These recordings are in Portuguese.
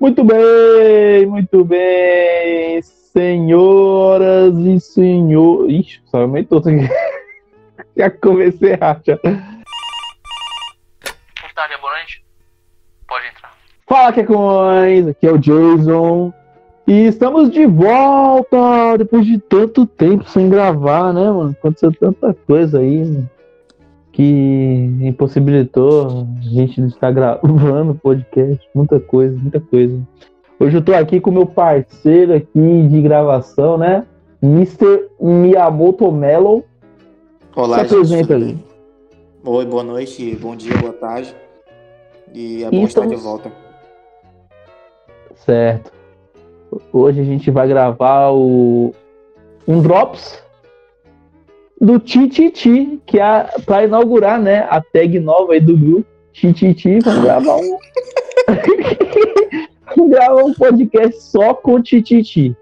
Muito bem, muito bem, senhoras e senhores. Ixi, só aumentou isso aqui. Já comecei errado. já. Portaria, boa noite. Pode entrar. Fala, Kekões! Aqui é o Jason. E estamos de volta depois de tanto tempo sem gravar, né, mano? Aconteceu tanta coisa aí mano, que impossibilitou a gente de estar gravando podcast. Muita coisa, muita coisa. Hoje eu tô aqui com meu parceiro aqui de gravação, né? Mr. Miyamoto Mello. Olá, Se apresenta tudo aí. bem? Oi, boa noite, bom dia, boa tarde. E é bom Então- estar de volta. Certo. Hoje a gente vai gravar o um drops do Tititi, que é para inaugurar, né, a tag nova aí do grupo Tititi, vamos gravar um vamos gravar um podcast só com Tititi.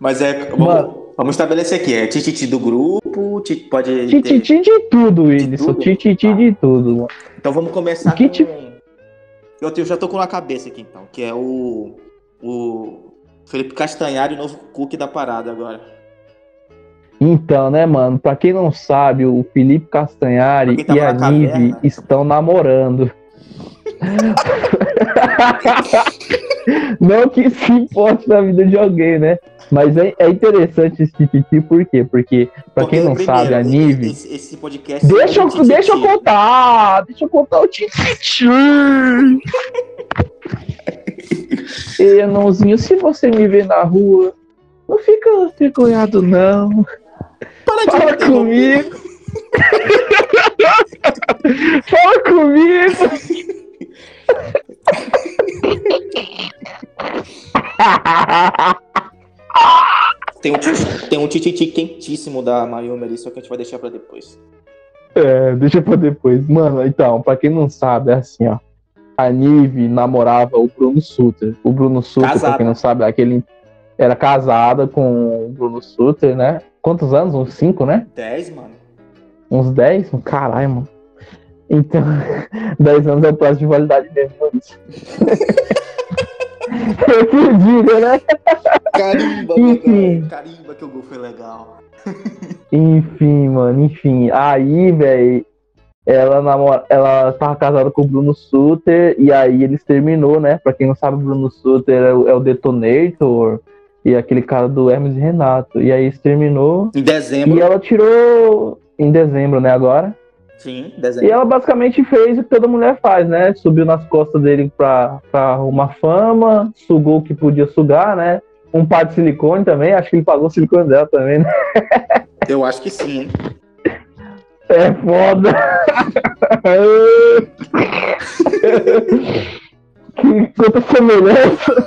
Mas é. Mano. Vamos, vamos estabelecer aqui. É tititi do grupo, ti- pode. Ter... Tititi de tudo, Ah. Wilson, tudo? Tititi de tudo. mano. Então vamos começar Que com. ti- Eu, tenho- já tô com na cabeça aqui então, que é o. O. Felipe Castanhari, o novo cook da parada agora. Então, né, mano, pra quem não sabe, o Felipe Pra Castanhari quem tava e a na Nive caverna. estão namorando. não que isso importe na vida de alguém, né? Mas é, é interessante esse tititi, por quê? Porque, pra Porque, quem não primeiro, sabe, a Nive... Esse, esse podcast. Deixa eu, é tititi. deixa eu contar! Deixa eu contar o tititi! Ei, anãozinho, se você me ver na rua, não fica vergonhado, não. Para de Fala interromper. comigo! Fala comigo! Tem um, tititi- tem um tititi quentíssimo da Mayumi ali, só que a gente vai deixar pra depois. É, deixa pra depois. Mano, então, pra quem não sabe, é assim, ó. A Nive namorava o Bruno Sutter. O Bruno Sutter, pra Casada. quem não sabe, é aquele era casada com o Bruno Sutter, né? Quantos anos? Uns cinco, né? 10, mano. Uns 10? Caralho, mano. Então, 10 anos é o prazo de validade mesmo. mano. Eu perdi, né? Carimba, Enfim. mano. Carimba que o gol foi legal. Enfim, mano, enfim. Aí, velho, ela namora, ela tava casada com o Bruno Suter e aí eles terminou, né? Pra quem não sabe, o Bruno Suter é o, é o Detonator e aquele cara do Hermes e Renato. E aí eles terminou Em e dezembro. ela tirou em dezembro, né, agora? Sim, E dezembro. ela basicamente fez o que toda mulher faz, né? Subiu nas costas dele pra, pra arrumar fama, sugou o que podia sugar, né? Um par de silicone também, acho que ele pagou o silicone dela também, né? Eu acho que sim, hein? É foda! que quanta semelhança!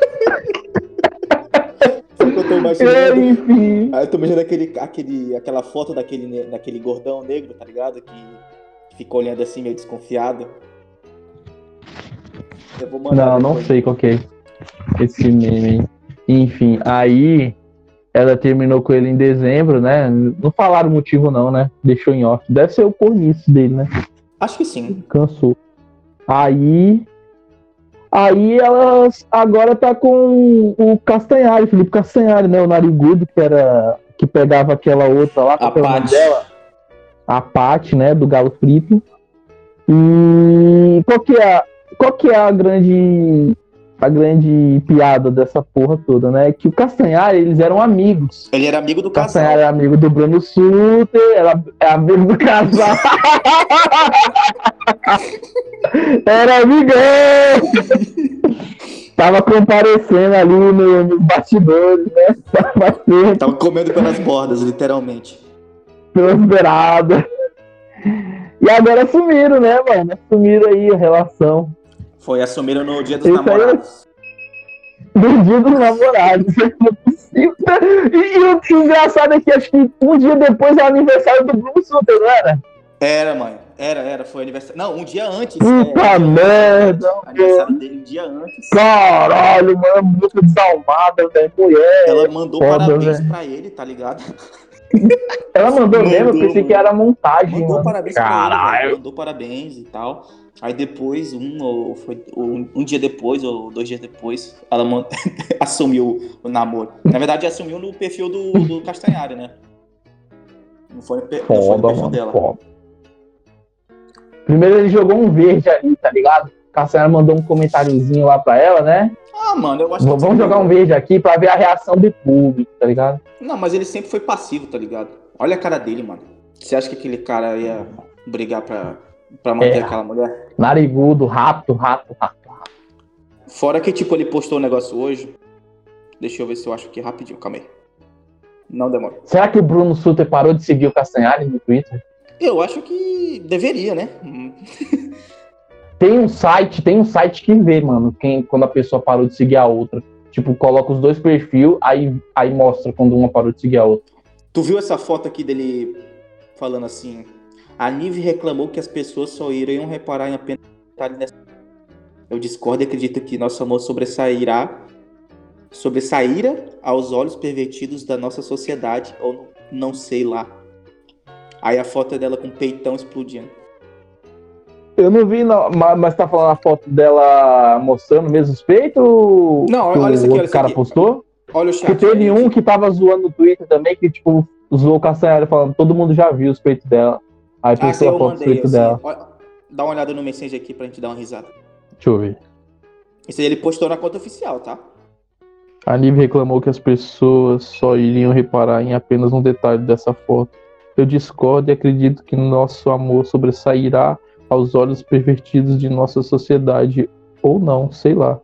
Sabe o que eu tô imaginando? Enfim. Ah, eu tô imaginando aquele, aquele, aquela foto daquele, ne- daquele gordão negro, tá ligado? Que ficou olhando assim meio desconfiado. Eu vou mandar Não, não depois. sei qual que é esse meme. aí. Enfim, aí ela terminou com ele em dezembro, né? Não falaram o motivo não, né? Deixou em off. Deve ser o cornice dele, né? Acho que sim. Cansou. Aí aí ela agora tá com o Castanhari, Felipe Castanhari, né? O narigudo que era que pegava aquela outra lá, A qual que era o nome Paty. dela? a Paty, né, do Galo Frito. E qual que é, a- qual que é a grande a grande piada dessa porra toda, né? Que o Castanhari, eles eram amigos. Ele era amigo do O Castanhari casal. era Tá é amigo do Bruno Suter, é era, era amigo do casal. era amigão! Tava comparecendo ali no- nos bastidores, né? Tava sendo Tava comendo pelas bordas, literalmente. prosperada. E agora sumiram, né, mano? Sumiram aí a relação Foi assumiram no dia dos Isso aí é- namorados. do dia dos namorados. Não é possível. E, e o que engraçado é que acho que um dia depois é o aniversário do Bruno Sutter, não era? Era, mãe. Era, era. Foi aniversário. Não, um dia antes. Puta é, merda, Aniversário dele um dia antes. Caralho, mano, muito desalmada, velho. Mulher. Ela mandou foda, parabéns velho. pra ele, tá ligado? Ela mandou Mandou, mesmo, eu pensei mano. que era montagem, Mandou mano. parabéns pra ele, Caralho. velho. mandou parabéns e tal. Aí depois, um ou foi ou um, um dia depois, ou dois dias depois, ela man- assumiu o namoro. Na verdade, assumiu no perfil do, do Castanhari, né? Não foi no, pe- não foi no Foda, perfil mano. dela. Foda. Primeiro ele jogou um verde ali, tá ligado? Cassiano mandou um comentáriozinho lá pra ela, né? Ah, mano, eu acho V- Vamos jogar um verde aqui pra ver a reação do público, tá ligado? Não, mas ele sempre foi passivo, tá ligado? Olha a cara dele, mano. Você acha que aquele cara ia brigar pra, pra manter É. aquela mulher? Narigudo, rato, rato, rato. Fora que, tipo, ele postou um negócio hoje. Deixa eu ver se eu acho aqui rapidinho, calma aí. Não demora. Será que o Bruno Suter parou de seguir o Castanhari no Twitter? Eu acho que deveria, né? Hum, Tem um site, tem um site que vê, mano, quem, quando a pessoa parou de seguir a outra. Tipo, coloca os dois perfis, aí, aí mostra quando uma parou de seguir a outra. Tu viu essa foto aqui dele falando assim? A Nive reclamou que as pessoas só iriam reparar em apenas um detalhe nessa. Eu discordo e acredito que nosso amor sobressairá sobressaíra aos olhos pervertidos da nossa sociedade, ou não- não sei lá. Aí a foto é dela com o peitão explodindo. Eu não vi, não, ma- mas tá falando a foto dela mostrando mesmo os peitos? ou Não, olha o isso aqui, outro olha isso cara aqui. postou? Olha o chat. Que teve aí, um gente. que tava zoando no Twitter também, que, tipo, zoou o Castanhari falando, todo mundo já viu os peitos dela. Aí Ah, sim, postou a eu foto dos mandei. peitos Eu dela. sei. Olha- Dá uma olhada no message aqui pra gente dar uma risada. Deixa eu ver. Esse aí ele postou na conta oficial, tá? A Nive reclamou que as pessoas só iriam reparar em apenas um detalhe dessa foto. Eu discordo e acredito que nosso amor sobressairá aos olhos pervertidos de nossa sociedade. Ou não, sei lá.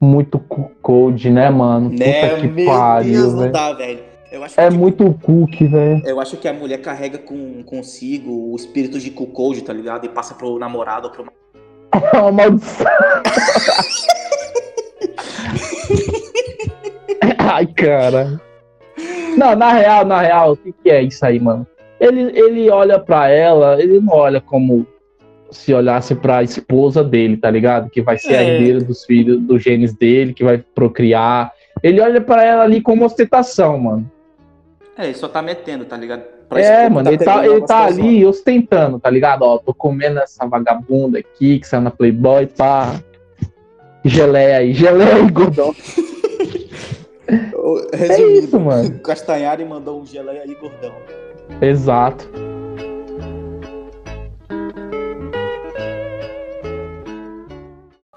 Muito cu- code, né, mano? Puta Né? que Meu Deus, pariu, não velho. dá, velho. Eu acho É que- muito cookie, velho. Eu acho que a mulher carrega com, consigo o espírito de cuckold, tá ligado? E passa pro namorado ou pro marido. É uma maldição. Ai, cara. Não, na real, na real, o que, que é isso aí, mano? Ele, ele olha pra ela, ele não olha como se olhasse pra esposa dele, tá ligado? Que vai ser a É. herdeira dos filhos, dos genes dele, que vai procriar. Ele olha pra ela ali como ostentação, mano. É, ele só tá metendo, tá ligado? é, mano, ele tá, ele tá ali ostentando, tá ligado? Ó, tô comendo essa vagabunda aqui que saiu na Playboy, pá. Geleia aí, geleia aí, gordão. É isso, Resumindo, mano. Castanhari mandou um gelo aí, gordão. Exato.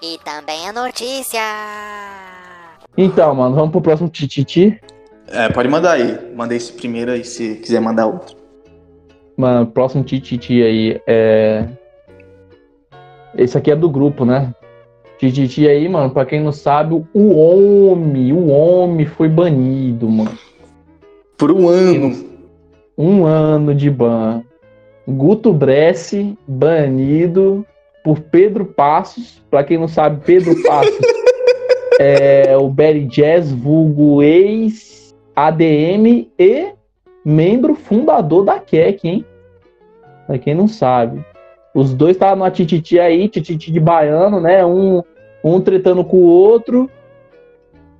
E também a notícia. Então, mano, vamos pro próximo tititi. É, pode mandar aí. Mandei esse primeiro aí, se quiser mandar outro. Mano, próximo tititi aí é. Esse aqui é do grupo, né? Tititi aí, mano, pra quem não sabe, o homem, o homem foi banido, mano. Por um ano. Um ano de ban. Guto Bressi, banido por Pedro Passos. Pra quem não sabe, Pedro Passos é o Berry Jazz, vulgo ex-ADM e membro fundador da Keck, hein? Pra quem não sabe. Os dois estavam numa tititi aí, tititi de baiano, né? Um, um tretando com o outro.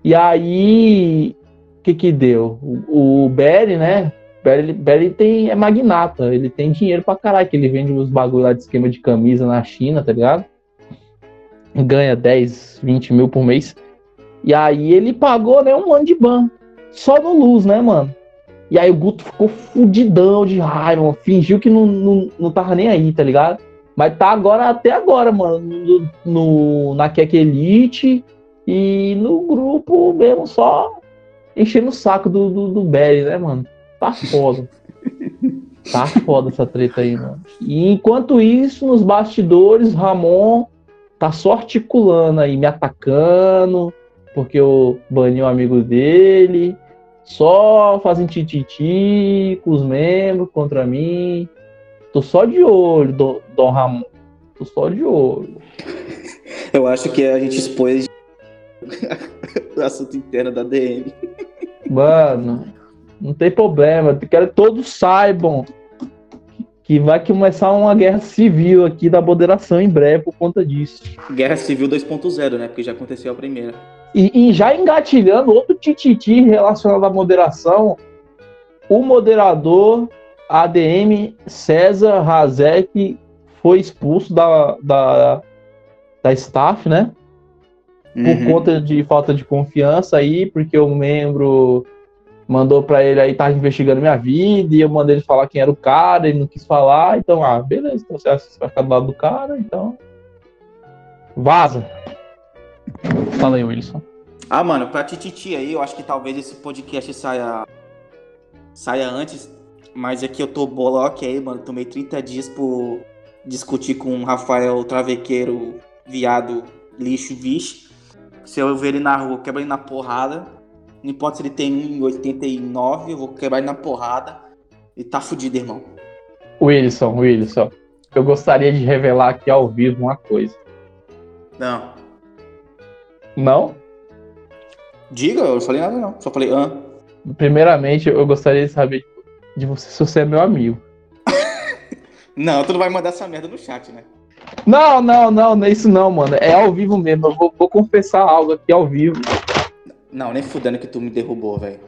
E aí, o que que deu? O, o Berry, né? Berry, Berry tem, é magnata, ele tem dinheiro pra caralho, que ele vende uns bagulho lá de esquema de camisa na China, tá ligado? Ganha 10, 20 mil por mês. E aí ele pagou, né, um ano de ban. Só no Luz, né, mano? E aí o Guto ficou fudidão de raiva, mano. fingiu que não, não, não tava nem aí, tá ligado? Mas tá agora, até agora, mano, no, no- na Kek Elite e no grupo mesmo, só enchendo o saco do, do, do Berry, né, mano? Tá foda. tá foda essa treta aí, mano. E enquanto isso, nos bastidores, Ramon tá só articulando aí, me atacando, porque eu bani o amigo dele, só fazendo tititi com os membros contra mim. Tô só de olho, Dom, Dom Ramon. Tô só de olho. Eu acho que a gente expôs o assunto interno da DM. Mano, não tem problema. Eu quero que todos saibam que vai começar uma guerra civil aqui da moderação em breve por conta disso. Guerra Civil 2.0, né? Porque já aconteceu a primeira. E, e já engatilhando outro tititi relacionado à moderação, o moderador ADM César Razek foi expulso da, da, da staff, né? Por Uhum. conta de falta de confiança aí, porque o membro mandou pra ele aí, tá investigando minha vida, e eu mandei ele falar quem era o cara, ele não quis falar, então, ah, beleza, então você acha que você vai ficar do lado do cara, então. Vaza! Fala aí, Wilson. Ah, mano, pra Tititi aí, eu acho que talvez esse podcast saia, saia antes, mas é que eu tô boloque aí, mano. Tomei 30 dias por discutir com o Rafael Travequeiro, viado, lixo, vixe. Se eu ver ele na rua, eu quebro ele na porrada. Não importa se ele tem 1,89, eu vou quebrar ele na porrada. E tá fudido, irmão. Wilson, Wilson, eu gostaria de revelar aqui ao vivo uma coisa. Não. Não? Diga, eu não falei nada, não. Só falei, ah. Primeiramente, eu gostaria de saber de você se você é meu amigo. Não, tu não vai mandar essa merda no chat, né? Não, não, não, não é isso não, mano. É ao vivo mesmo. Eu vou, vou confessar algo aqui ao vivo. Não, nem fudendo que tu me derrubou, velho.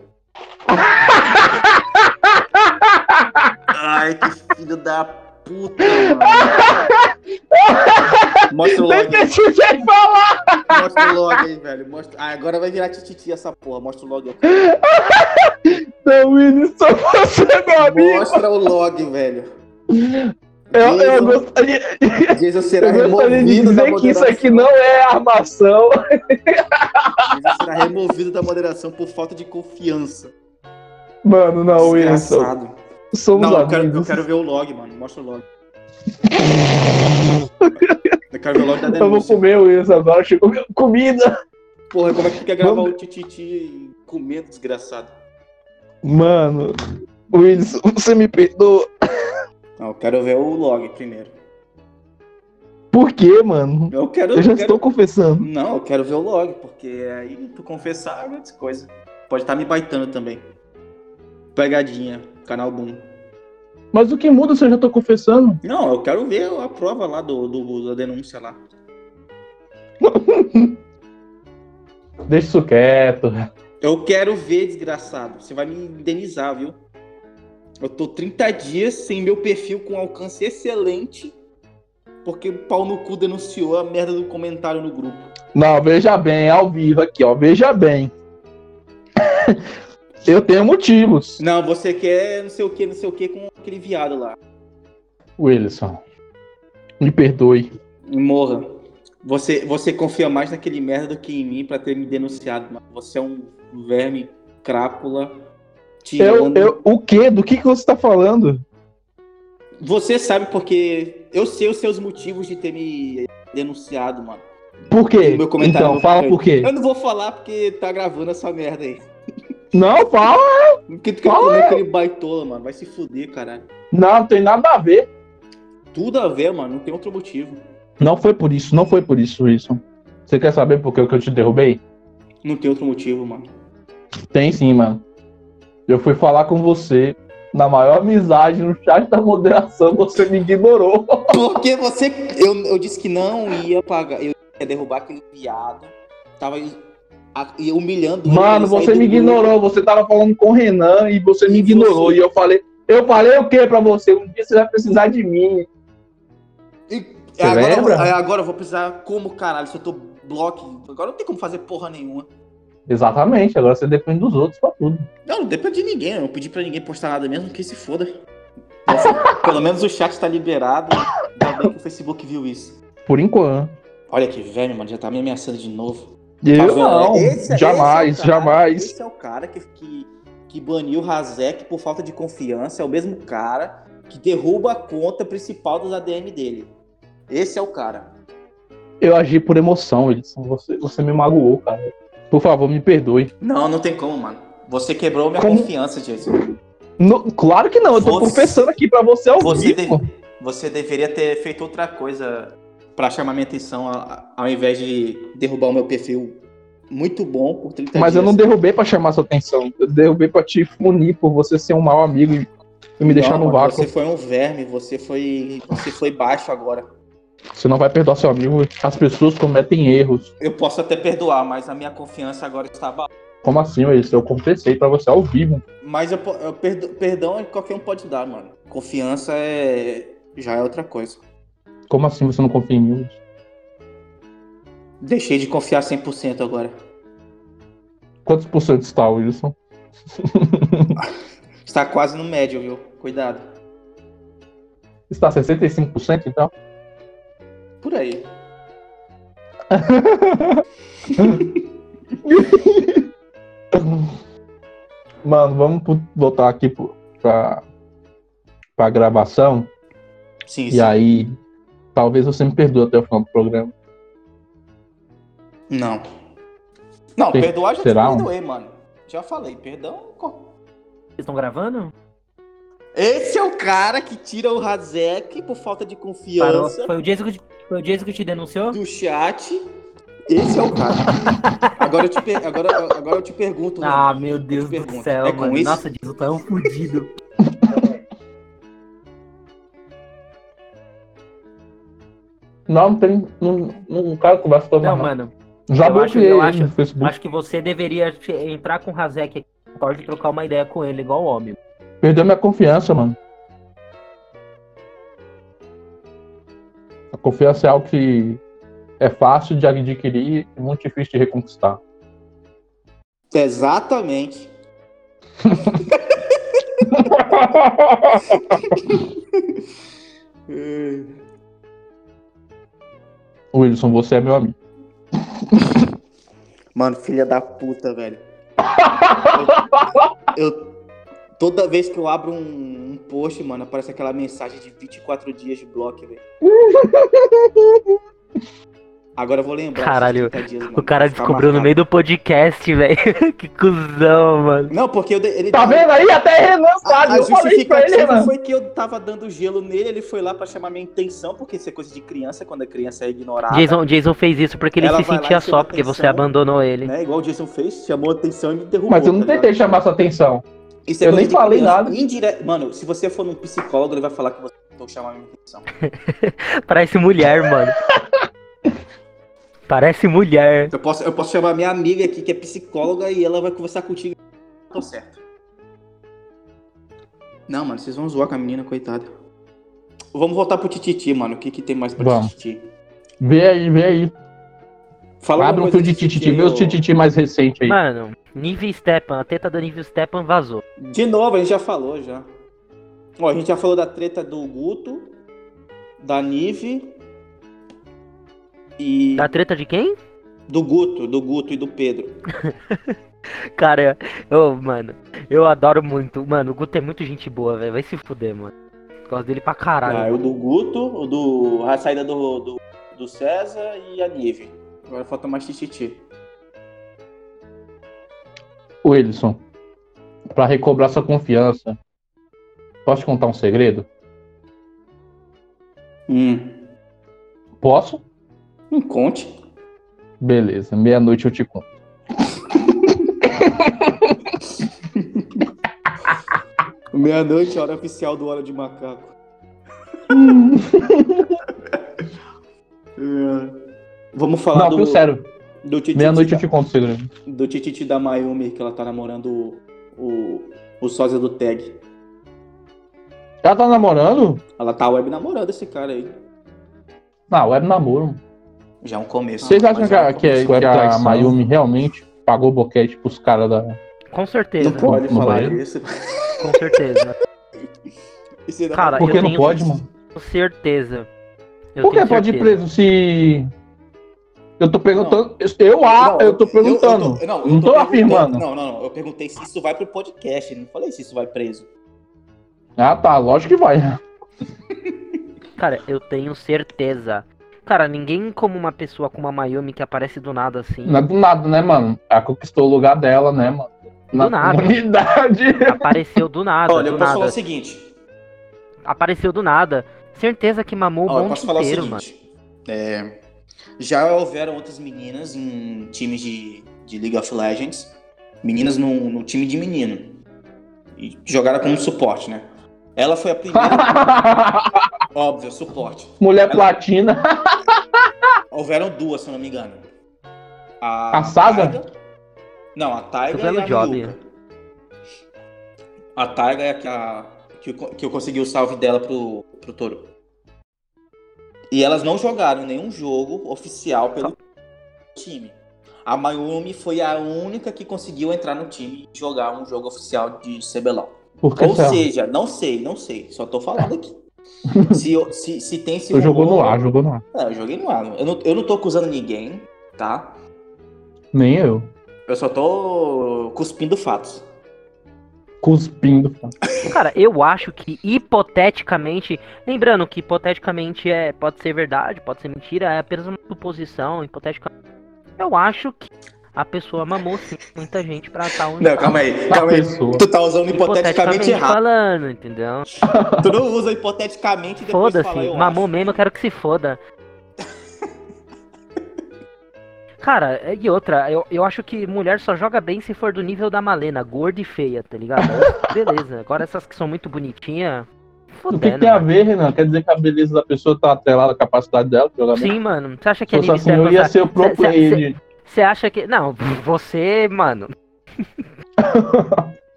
Ai, que filho da puta, mano. Mostra o Nem log aí, deixa eu te falar! mostra o log aí, velho. Mostra... Ah, agora vai virar tititi essa porra. Mostra o log aí. Não, Wilson, você é meu amigo! Mostra o log, velho. Eu, eu Jason, gostaria, Jason será eu gostaria de removido da dizer que isso aqui tá- não é armação. Jason será removido da moderação por falta de confiança. Mano, não, Tá, Wilson. Desgraçado. Somos Não, eu quero, eu amigos. quero ver o log, mano. Mostra o log. Eu quero ver o log da denúncia. Eu vou comer, Wilson, agora chegou minha comida. Porra, como é que tu quer Vamos- gravar o tititi comendo, desgraçado? Mano, Wilson, você me perdoa. Não, eu quero ver o log primeiro. Por quê, mano? Eu quero. Eu já quero... estou confessando. Não, eu quero ver o log, porque aí tu confessar é outra coisa. Pode estar me baitando também. Pegadinha, canal Boom. Mas o que muda se eu já tô confessando? Não, eu quero ver a prova lá do, do- da denúncia lá. Deixa isso quieto. Eu quero ver, desgraçado. Você vai me indenizar, viu? Eu tô 30 dias sem meu perfil com alcance excelente, porque o pau no cu denunciou a merda do comentário no grupo. Não, veja bem, ao vivo aqui, ó. Veja bem. eu tenho motivos, Não, você quer não sei o que, não sei o que com aquele viado lá. Wilson. Me perdoe. Morra. Você, você confia mais naquele merda do que em mim pra ter me denunciado, mano. Você é um verme crápula. Eu, Tirando. eu, É o quê? Do que, que você tá falando? Você sabe porque eu sei os seus motivos de ter me denunciado, mano. Por quê? O meu comentário Então, não fala foi. por quê. Eu não vou falar porque tá gravando essa merda aí. Não, fala. Porque tu quer Qual comer aquele baitola, mano. Vai se fuder, caralho. Não, não tem nada a ver. Tudo a ver, mano. Não tem outro motivo. Não foi por isso, não foi por isso, Wilson. Você quer saber por que que eu te derrubei? Não tem outro motivo, mano. Tem sim, mano. Eu fui falar com você na maior amizade, no chat da moderação, você me ignorou. Porque você. Eu, eu disse que não ia pagar. Eu ia derrubar aquele viado. Tava a- e humilhando ele, Mano, ele sair você do me grupo. ignorou, você tava falando com o Renan e você me é E ignorou. você? E eu falei, eu falei o quê pra você? Um dia você vai precisar de mim. E É, agora, eu vou- lembra? aí agora eu vou precisar. Como caralho? Se eu tô bloco. Agora não tem como fazer porra nenhuma. Exatamente, agora você depende dos outros pra tudo. Não, não depende de ninguém. Eu não pedi pra ninguém postar nada mesmo, que se foda. Nossa, pelo menos o chat tá liberado. Ainda bem que o Facebook viu isso. Por enquanto. Olha que velho, mano, já tá me ameaçando de novo. Tá Eu vendo? não, Esse- jamais, esse é o cara- jamais. Esse é o cara que, que, que baniu o Razek por falta de confiança. É o mesmo cara que derruba a conta principal dos ADM dele. Esse é o cara. Eu agi por emoção, Edson. Você, você me magoou, cara. Por favor, me perdoe. Não, não tem como, mano. Você quebrou minha Como? confiança, Jason. No- claro que não, eu tô Você- confessando aqui pra você ao Você, vivo. de- você deveria ter feito outra coisa pra chamar minha atenção a- a- ao invés de derrubar o meu perfil muito bom por 30 Mas eu dias. não derrubei pra chamar sua atenção. Eu derrubei pra te punir por você ser um mau amigo e e me deixar Não, no mano, vácuo. Você foi um verme, você foi, você foi baixo agora. Você não vai perdoar seu amigo. As pessoas cometem erros. Eu posso até perdoar, mas a minha confiança agora está abalada. Como assim, Wilson? Eu confessei pra você ao vivo. Mas eu, po- eu perdo- perdão é que qualquer um pode dar, mano. Confiança é já é outra coisa. Como assim você não confia em mim? Luiz? Deixei de confiar 100% agora. Quantos por cento está, Wilson? Está quase no médio, viu? Cuidado. Está 65% então? Por aí. Mano, vamos pro- voltar aqui pro, pra, pra gravação. Sim, E aí, talvez você me perdoe até o final do programa. Não. Não, Tem- perdoar já será te um? perdoei, mano. Já falei, perdão. co- Vocês estão gravando? Esse é o cara que tira o Razek por falta de Parou. confiança Foi o Jason que te, foi o Jason que te denunciou? do chat. Esse é o cara. agora, eu te per- agora, agora eu te pergunto. Ah, mano. meu Deus do pergunto, céu, é com mano. isso? Nossa, Jason, tá um fudido. Não, não tem. Não, não, o cara conversa com Não, mais nada. mano. Já eu acho- bloqueei eu ele acho- no Facebook. Acho que você deveria che- entrar com o Razek aqui no Discord e trocar uma ideia com ele, igual homem. Perdeu minha confiança, mano. A confiança é algo que é fácil de adquirir e muito difícil de reconquistar. Exatamente. Hum, Wilson, você é meu amigo. Mano, filha da puta, velho. Eu, eu- toda vez que eu abro um, um post, mano, aparece aquela mensagem de 24 dias de bloco, velho. Agora eu vou lembrar. Caralho, esses 30 dias, mano. O cara Ficar descobriu no marcado. meio do podcast, velho. que cuzão, mano. Não, porque eu dei- ele Tá vendo aí? Até Renan sabe. A, a eu falei isso pra ele, justificativa Renan. foi que eu tava dando gelo nele, ele foi lá pra chamar minha intenção, porque isso é coisa de criança, quando a criança é ignorada. Jason, Jason fez isso porque ele Ela se vai lá e sentia chama só, porque você atenção. abandonou ele. Né? Igual o Jason fez, chamou a atenção e me derrubou. Mas eu não tá ligado? tentei chamar sua atenção. Isso é Eu coisa nem de falei criança. nada. Indire... Mano, se você for num psicólogo, ele vai falar que você tentou chamar minha atenção. Parece mulher, mano. Parece mulher. Eu posso, eu posso chamar minha amiga aqui, que é psicóloga, e ela vai conversar contigo. Tô Tá certo. Não, mano, vocês vão zoar com a menina, coitada. Vamos voltar pro Tititi, mano. O que, que tem mais pra Vamos. Tititi? Vê aí, vê aí. Fala Abre alguma um coisa fio de tititi, vê ô- os tititi mais recente aí. Mano, Nive Stepan, a teta da Nive Stepan vazou. De novo, a gente já falou já. Ó, a gente já falou da treta do Guto, da Nive e Da treta de quem? do Guto, do Guto e do Pedro. Cara, eu, mano, eu adoro muito. Mano, o Guto é muito gente boa, velho. Vai se fuder, mano. Gosto dele pra Ah, caralho. o do Guto, o do a saída do, do, do César e a Nive. Agora falta mais Tititi. Wilson, pra recobrar sua confiança, posso te contar um segredo? Hum. Posso? Não conte. Beleza, meia-noite eu te conto. Meia-noite, hora oficial do Hora de Macaco. É. Vamos falar Não, do, pelo sério, do Tititi. tá. meia-noite eu da- te conto o segredo. do Tititi da Mayumi, que ela tá namorando o, o, o sósia do Tag. Ela tá namorando? Ela tá web namorando esse cara aí. Não, Ah, web namoro. mano. Já é um começo. Vocês né? acham Mas que já é a, um que a- começo. que a traição. Mayumi realmente pagou boquete pros caras da. Com Não certeza, pô- pode tá no falar banheiro? isso. com certeza. Isso ainda Cara, vai- Porque Ah, eu não tenho- pode, mano? Com certeza. Eu Por que tenho pode ir certeza. preso se. Eu tô perguntando. Eu, ah, Não, eu tô eu- eu tô- perguntando. não, eu não tô, perguntando. afirmando. Não, não, não. Eu perguntei se isso vai pro podcast. Não falei se isso vai preso. Ah, tá, lógico que vai. Cara, eu tenho certeza. Cara, ninguém como uma pessoa como a Mayumi que aparece do nada assim. Não é do nada, né, mano? Ela conquistou o lugar dela, né, mano? Na nada. comunidade. Apareceu do nada, Olha, eu do posso falar nada. o seguinte. Apareceu do nada. Certeza que mamou Ó, o eu monte posso falar inteiro, o mano. seguinte. É, já houveram outras meninas em times de, de League of Legends. Meninas no, no time de menino. E jogaram como suporte, né? Ela foi a primeira, óbvio, suporte. Mulher Ela- platina. Houveram duas, se eu não me engano. A Saga? Taiga- Não, a Tô Taiga vendo e a job. Miyuka. A Taiga é a que, a- que eu, co- que eu consegui o salve dela pro, pro Toro. E elas não jogaram nenhum jogo oficial pelo time. A Mayumi foi a única que conseguiu entrar no time e jogar um jogo oficial de CBLOL. Porque Ou sei lá, seja, não sei, não sei. Só tô falando aqui. se, eu- se, se tem esse eu jogou no rumor- ar, jogou no ar. Não, eu joguei no ar. Eu não, eu não tô acusando ninguém, tá? Nem eu. Eu só tô cuspindo fatos. Cuspindo. Cara, eu acho que hipoteticamente, lembrando que hipoteticamente é pode ser verdade, pode ser mentira, é apenas uma suposição, hipoteticamente. Eu acho que a pessoa mamou sim muita gente pra estar onde Não, tá. calma aí, A calma aí. pessoa. Tu tá usando hipoteticamente errado. falando, entendeu? Tu não usa hipoteticamente e depois fala Foda-se, eu mamou acho. mesmo, eu quero que se foda. Cara, é, e outra, eu, eu acho que mulher só joga bem se for do nível da Malena, gorda e feia, tá ligado? Beleza, agora essas que são muito bonitinhas, O que é fudendo. tem a ver, Renan? Quer dizer que a beleza da pessoa tá atrelada à capacidade dela de jogar bem? Sim, mano. Você acha que Se a tá- fosse Nive assim, eu ia ser o pro Cê- cê- player. cê- de- Você acha que. Não, você, mano.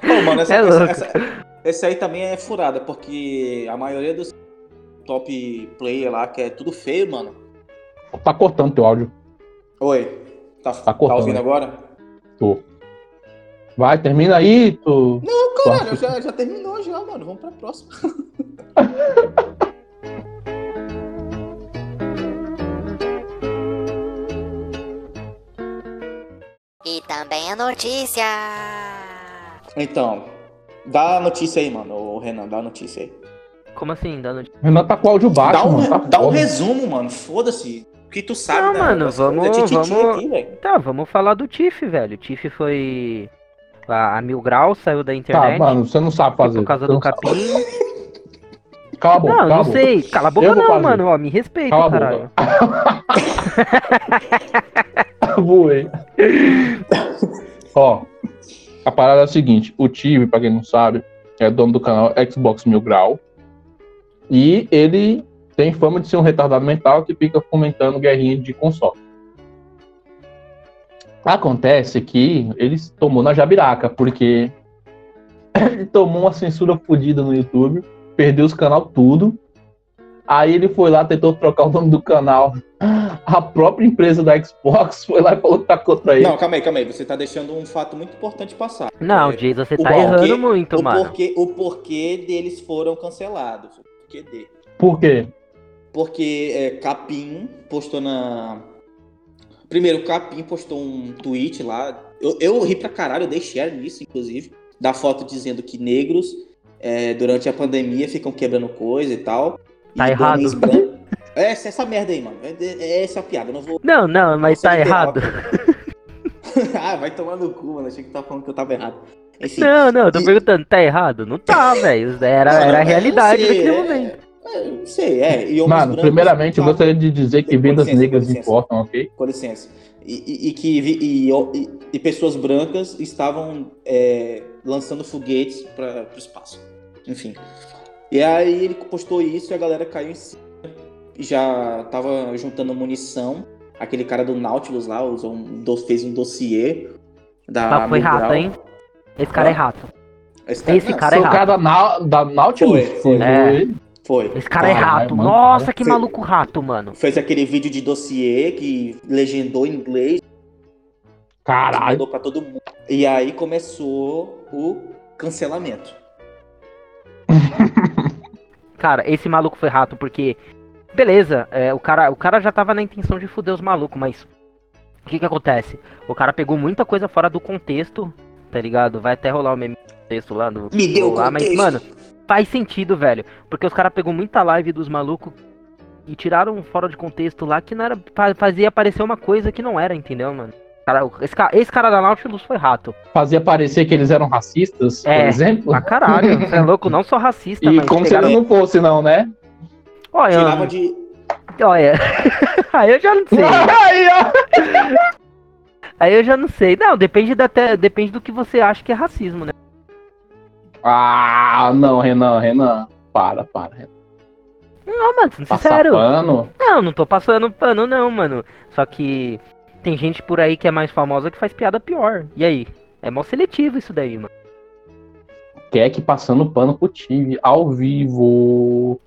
Pô, mano, essa, É essa- louco. essa- esse aí também é furada, porque a maioria dos top player lá, que é tudo feio, mano. Tá cortando teu áudio. Oi, tá, tá cortando, ouvindo né? agora? Tô. Vai, termina aí, tu. Não, caralho, caralho, já, já terminou já, mano. Vamos pra próxima. E também a notícia. Então, dá a notícia aí, mano. Ô, Renan, dá a notícia aí. Como assim? Dando... Renan tá com o áudio baixo, dá um, mano. Tá dá um foda. resumo, mano. Foda-se. O que tu sabe, Não, né? Ah, mano, Das vamos- coisas. É tititi vamos- aqui, velho. Tá, vamos falar do Tiff, velho. O Tiff foi. A, a Mil Grau saiu da Tá, internet. tipo, mano, você não sabe fazer. por causa Você do não sabe. capim. Cala a boca, Não, eu cala a não boca. sei. Cala a boca Eu vou não, fazer. mano. Ó, me respeita, Cala a caralho. boca. Voei. Ó, a parada é a seguinte: o Tive, pra quem não sabe, é dono do canal Xbox Mil Grau. E ele tem fama de ser um retardado mental que fica fomentando guerrinha de console. Acontece que ele se tomou na jabiraca, porque ele tomou uma censura fodida no YouTube, perdeu os canal tudo. Aí ele foi lá, tentou trocar o nome do canal a própria empresa da Xbox foi lá e falou que tá contra ele. Não, calma aí, calma aí. Você tá deixando um fato muito importante passar. Não, É, Jason, você o tá porquê- errando muito, o mano. porquê, o porquê deles foram cancelados. O porquê dele. Por quê? Porque é, Capim postou na. Primeiro, Capim postou um tweet lá. Eu, eu ri pra caralho, eu dei share nisso, inclusive. Da foto dizendo que negros é, durante a pandemia ficam quebrando coisa e tal. Tá e errado. homens brancos- É essa, essa merda aí, mano. É, é essa a piada. Eu não vou. Não, não, mas não tá sei literal. errado. ah, vai tomar no cu, mano. Achei que tava falando que eu tava errado. Enfim. Não, não, eu tô E- perguntando, tá errado? Não tá, velho. Era, Mano, era a eu realidade sei, daquele é- momento. é, eu não sei, é. E homens Mano, brancos primeiramente eu falam- gostaria de dizer que Com vidas licença, negras com licença. importam, ok? com licença, e, e- e que vi- e, e- e pessoas brancas estavam é, lançando foguetes para o espaço. Enfim. E aí ele postou isso e a galera caiu em cima. E Já tava juntando munição. Aquele cara do Nautilus lá usou um, do- fez um dossiê da. Mas foi Mobral. rato, hein? Esse cara é rato. Esse não, Cara Foi é o errado. cara da, Nau- da Nautilus. Foi, foi, foi. foi. Foi. Esse cara é Caralho, rato. Tá, mano, Nossa, que Sim. maluco rato, mano. Fez aquele vídeo de dossiê que legendou em inglês. Caralho. Mandou pra todo mundo. E aí começou o cancelamento. Cara, esse maluco foi rato, porque. Beleza, é, o, cara, o cara já tava na intenção de fuder os malucos, mas. O que que acontece? O cara pegou muita coisa fora do contexto, tá ligado? Vai até rolar o meme do texto lá no. Me deu lá, mas, contexto. mano, faz sentido, velho. Porque os cara pegou muita live dos malucos e tiraram fora de contexto lá que não era. fa- Fazia aparecer uma coisa que não era, entendeu, mano? Cara, o- esse, ca- esse cara da Nautilus foi rato. Fazia parecer que eles eram racistas, por É. exemplo. Pra caralho, você é louco, não só racista, E mas. como se pegaram- eles não fossem, não, né? Olha, Tirava de. olha. Aí eu já não sei. Aí, ó. Aí eu já não sei. Não, depende da te- depende do que você acha que é racismo, né? Ah, não, Renan, Renan. Para, para, Renan. Não, mano, sendo Passar sincero. pano. Não, não tô passando pano, não, mano. Só que tem gente por aí que é mais famosa que faz piada pior. E aí? É mó seletivo isso daí, mano. Keck passando pano pro time. Ao vivo.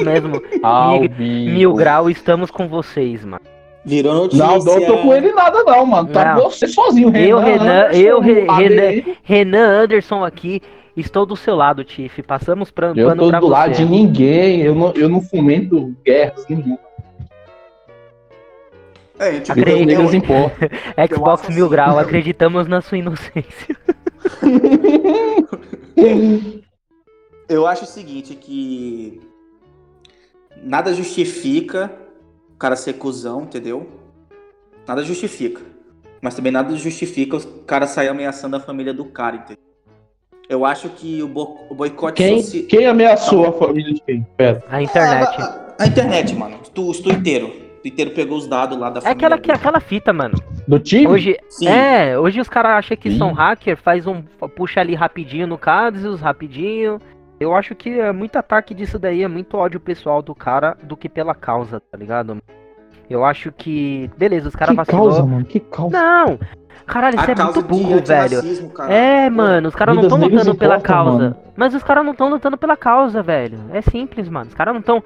mesmo. Ao Mil- vivo. Mil grau, estamos com vocês, mano. Virou notícia. Não, não tô com ele nada, não, mano. Tá Não. você sozinho, né? Eu, Renan, eu, Re- ADM. Renan Anderson aqui, estou do seu lado, Tiff. Passamos pra, Eu pano tô pra do você. lado de ninguém, eu não, eu não fomento assim, guerras nenhuma. É, tipo, Vidas Acredito. negras importam. Eu acho Xbox assim, Mil Grau, não. acreditamos na sua inocência. Eu acho o seguinte, que nada justifica o cara ser cuzão, entendeu? Nada justifica. Mas também nada justifica o cara sair ameaçando a família do cara, entendeu? Eu acho que o, bo- o boicote Quem, social... quem ameaçou a família de quem? Pera. A internet. Ah, A, a- a internet, mano. Tu, os tuiteiros. O tuiteiro pegou os dados lá da É família aquela, que- dele. aquela fita, mano. Do time? Hoje, Sim. é, hoje os caras acham que Sim. são hacker, faz um. puxa ali rapidinho no Casus, rapidinho. Eu acho que é muito ataque disso daí, é muito ódio pessoal do cara do que pela causa, tá ligado? Eu acho que. Beleza, os caras Que vacilou. causa, mano, que causa. Não! Caralho, isso A é muito causa de burro, velho. antirracismo, cara. É, mano, os caras não Vidas estão negras lutando pela importam, causa. mano. Mas os caras não estão lutando pela causa, velho. É simples, mano. Os caras não estão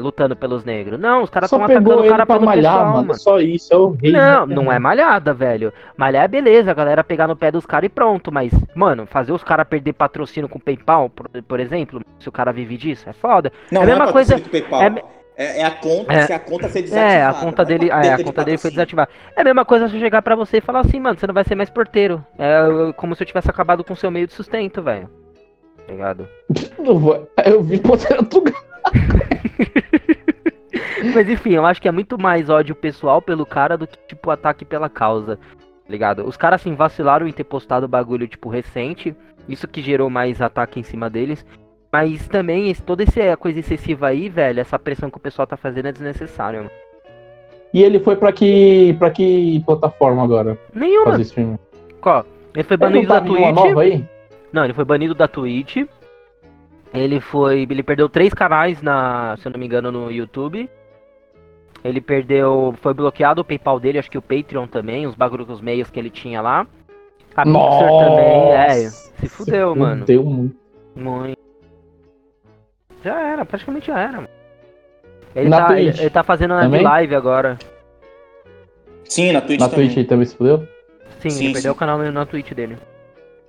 lutando pelos negros. Não, os caras Só estão pegou atacando o ele cara pra pelo malhar, pessoal, mano. mano. Só isso, é o rei. Não, não é malhada, velho. Malhar é beleza, a galera pegar no pé dos caras e pronto. Mas, mano, fazer os caras perder patrocínio com PayPal, por, por exemplo, se o cara vive disso, é foda. Não, É a não mesma coisa- patrocínio do PayPal. é me- É, é a conta, É. se a conta ser desativada. É, a conta não é dele, uma é, a perda de conta dele foi patrocínio. desativada. É a mesma coisa se eu chegar pra você e falar assim, mano, você não vai ser mais porteiro. É eu- como se eu tivesse acabado com o seu meio de sustento, velho. Tá Ligado? Não vou- Eu vi pra outro lugar. Mas enfim, eu acho que é muito mais ódio pessoal pelo cara do que, tipo, ataque pela causa. tá Ligado? Os caras, assim, vacilaram em ter postado o bagulho, tipo, recente. Isso que gerou mais ataque em cima deles. Mas também, esse, toda essa coisa excessiva aí, velho, essa pressão que o pessoal tá fazendo é desnecessária, mano. E ele foi pra que, pra que plataforma agora? Nenhuma. Fazer streaming? Ó, ele foi Ele não banido tá da numa Twitch. nova aí? Não, ele foi banido da Twitch. Ele foi. Ele perdeu três canais na. Se eu não me engano, no YouTube. Ele perdeu. Foi bloqueado o PayPal dele, acho que o Patreon também, os bagulhos os meios que ele tinha lá. A Pixar também, é. Se fudeu, mano. Fudeu muito. Muito. Já era, praticamente já era, mano. Ele, Na tá, ele, Twitch ele tá fazendo a também? live agora. Sim, na Twitch Na também. Twitch ele também se fudeu? Sim, Sim, ele perdeu sim. o canal na Twitch dele.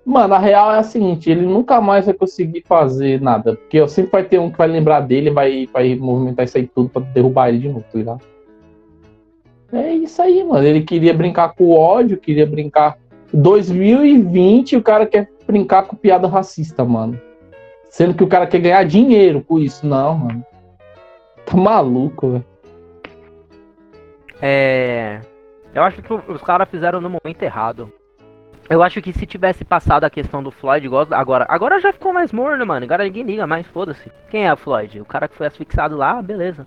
Mano, a real é a seguinte, ele nunca mais vai conseguir fazer nada. Porque eu sempre vai ter um que vai lembrar dele, vai, vai movimentar isso aí tudo pra derrubar ele de novo, tá ligado? É isso aí, mano. Ele queria brincar com o ódio, queria brincar. 2020 o cara quer brincar com piada racista, mano. Sendo que o cara quer ganhar dinheiro com isso. Não, mano. Tá maluco, velho. É. Eu acho que os caras fizeram no momento errado. Eu acho que se tivesse passado a questão do Floyd, igual agora, agora já ficou mais morno, mano. Agora ninguém liga mais, foda-se. Quem é o Floyd? O cara que foi asfixiado lá, beleza.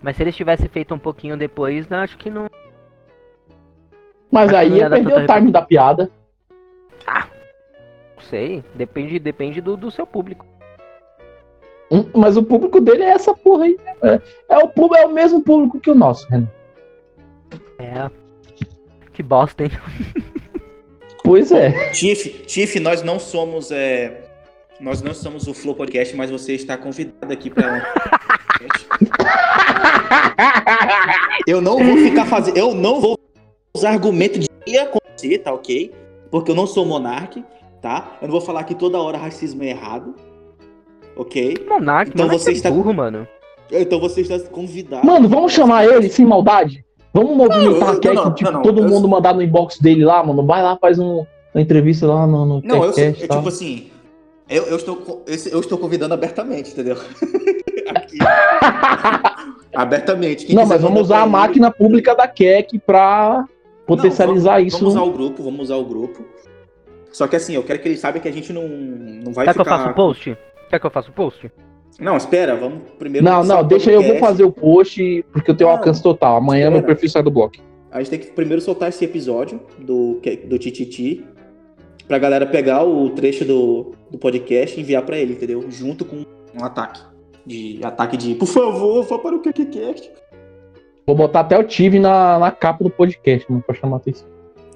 Mas se eles tivessem feito um pouquinho depois, eu acho que não. Mas Mas aí não ia ia dar perder o tanta time da piada. não sei. Depende, depende do, do seu público. Hum, Mas o público dele é essa porra aí, né? velho? É, o público, é o mesmo público que o nosso, Renan. É. Que bosta, hein? Pois é. Tiff, Tiff, nós não somos. é, Nós não somos o Flow Podcast, mas você está convidado aqui um para. eu não vou ficar fazendo. Eu não vou usar argumento de que ia acontecer, tá ok? Porque eu não sou monarque, tá? Eu não vou falar que toda hora racismo é errado, ok? Monarca, Então Monarca você é está- burro, mano. Então você está convidado. Mano, vamos chamar ele sem maldade? Vamos Não, eu- movimentar a Keck, não, não, tipo, não, todo eu- mundo mandar no inbox dele lá, mano. Vai lá, faz um- uma entrevista lá no, no Não, eu, eu, Keckcast, tá? tipo assim. Eu, eu estou, co- esse- eu estou convidando abertamente, entendeu? Aqui. abertamente. Quem Não, quiser mas vamos mandar usar a pra ele- máquina pública da Keck pra potencializar vamos- isso. Vamos usar o grupo, vamos usar o grupo. Só que assim, eu quero que eles saibam que a gente não, não vai Quer que eu ficar. faça o post? Quer que eu faça o post? Não, espera, vamos primeiro. Não, lançar não, o deixa aí, eu vou podcast. fazer o post, porque eu tenho um Não, alcance total. Amanhã meu espera. perfil sai do bloco. A gente tem que primeiro soltar esse episódio do, do Tititi pra galera pegar o trecho do, do podcast e enviar pra ele, entendeu? Junto com um ataque. De ataque de, por favor, vá para o KKCast. Vou botar até o Tive na, na capa do podcast, mano, pra chamar a atenção.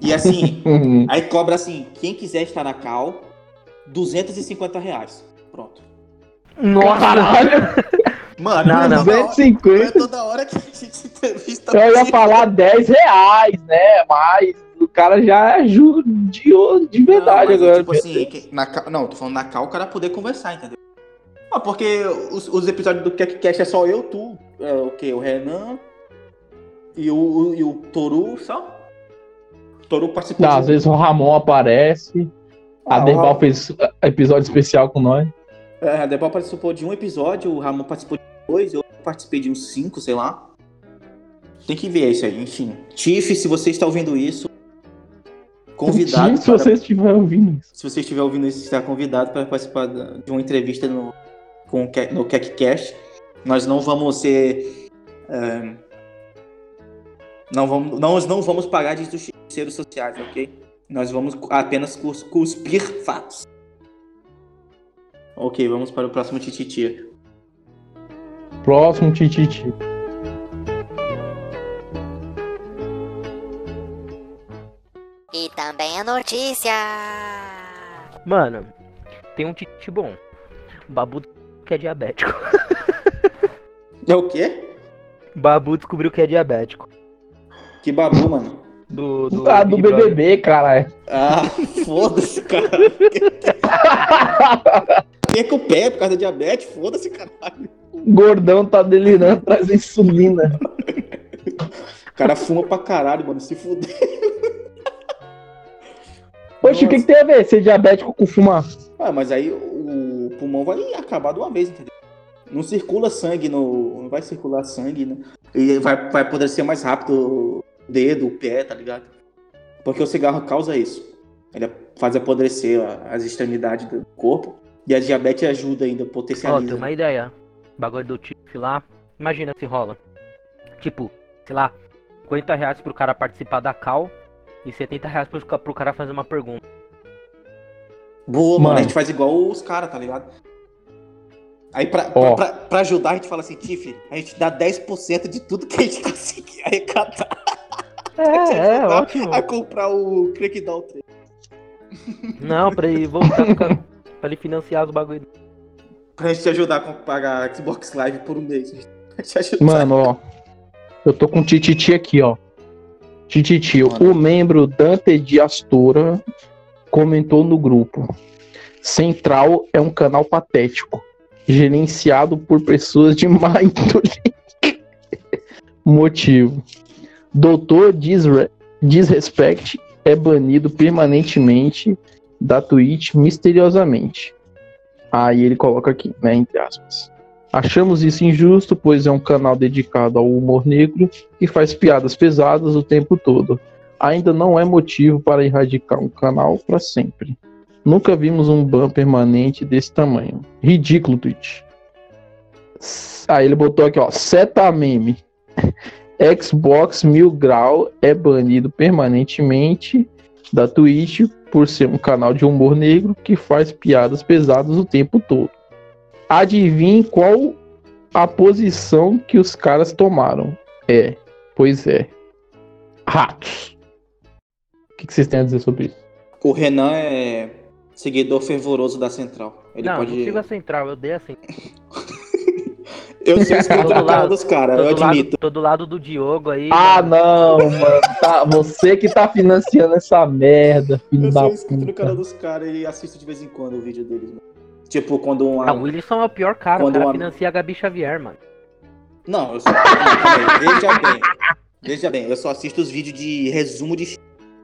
E assim, Uhum. Hum. aí cobra assim, quem quiser estar na cal, 250 reais. Pronto. Nossa! Caralho, Mano, Não, é não. toda hora- não é 250. toda hora que a gente entrevista. Eu ia alguém. falar 10 reais, né? Mas o cara já judiou de Não, verdade mas é agora. Tipo assim, que- na cal- não, tô falando na cal o cara poder conversar, entendeu? Ah, porque os, os episódios do CatCast é só eu, tu, é, o que? O Renan e o, o- e o Toru, só? O Toru participou. Tá, às de- um vezes o Ramon aparece. Ah, A o Derbal Ramon- fez episódio especial com nós. É, a Debal participou de um episódio, o Ramon participou de dois, eu participei de uns cinco, sei lá. Tem que ver isso aí, enfim. Tiff, se você está ouvindo isso, convidado. Se para- você estiver ouvindo isso. Se você estiver ouvindo isso, está convidado para participar da- de uma entrevista no, com, o Ke- no KekCast. Nós não vamos ser. eh, não vamos, nós não vamos pagar de justiceiros sociais, ok? Nós vamos cu- apenas cus- cuspir fatos. Ok, vamos para o próximo Tititia. Próximo Tititi. E também é notícia. Mano, tem um titi bom. Babu que é diabético. É o quê? Babu descobriu que é diabético. Que babu, mano. Do, do Ah, do né? Big Brother. BBB, é. caralho. Ah, foda-se, cara. Perca o pé por causa da diabetes, foda-se, caralho. Gordão tá delirando atrás da insulina. O cara fuma pra caralho, mano. Se fuder. Poxa, o que, Nossa. que tem a ver ser diabético com fumar? Ah, mas aí o pulmão vai acabar de uma vez, entendeu? Não circula sangue no. Não vai circular sangue, né? E vai, vai poder ser mais rápido o dedo, o pé, tá ligado? Porque o cigarro causa isso. Ele faz apodrecer a- as extremidades do corpo. E a diabetes ajuda ainda, Ó, tem potencializa. uma ideia. Bagulho do Tiff lá. Imagina se rola. Tipo, sei lá, 50 reais pro cara participar da cal e 70 reais pro, ca- pro cara fazer uma pergunta. Boa, mano. Mano. A gente faz igual os caras, tá ligado? Aí pra, Ó. pra, pra ajudar, a gente fala assim, Tiff, a gente dá 10% de tudo que a gente conseguir arrecadar. É, é, ótimo. a comprar o Crackdown 3. Não, pra ele voltar com a- pra ele financiar os bagulho. Pra gente te ajudar a comp- pagar a Xbox Live por um mês. Pra te ajudar. Mano, ó. Eu tô com Tititi aqui, ó. Tititi, Mano. o membro Dante de Astura comentou no grupo. Central é um canal patético, gerenciado por pessoas de má índole. Motivo. Doutor Disre Disrespect é banido permanentemente da Twitch misteriosamente. Aí ele coloca aqui, né, entre aspas. Achamos isso injusto, pois é um canal dedicado ao humor negro que faz piadas pesadas o tempo todo. Ainda não é motivo para erradicar um canal para sempre. Nunca vimos um ban permanente desse tamanho. Ridículo, Twitch. S- Aí ele botou aqui, ó, seta meme. Xbox Mil Grau é banido permanentemente da Twitch por ser um canal de humor negro que faz piadas pesadas o tempo todo. Adivinhe qual a posição que os caras tomaram. É, pois é. Ratos. O que, que vocês têm a dizer sobre isso? O Renan é seguidor fervoroso da Central. Ele não, pode. não sigo a central, eu dei assim. a central. Eu sou escritor Todo da cara lado- dos caras, eu Tô do, admito. lado, tô do lado do Diogo aí. Ah, não, mano. Tá, você que tá financiando essa merda, filho Eu da sou escritor da cara puta. dos caras e assisto de vez em quando o vídeo deles, mano. Tipo, quando um. Ah, o Wilson é o pior cara, Quando o cara uma- financia a Gabi Xavier, mano. Não, eu só. Não, peraí, Veja bem. Veja bem, eu só assisto os vídeos de resumo de. x-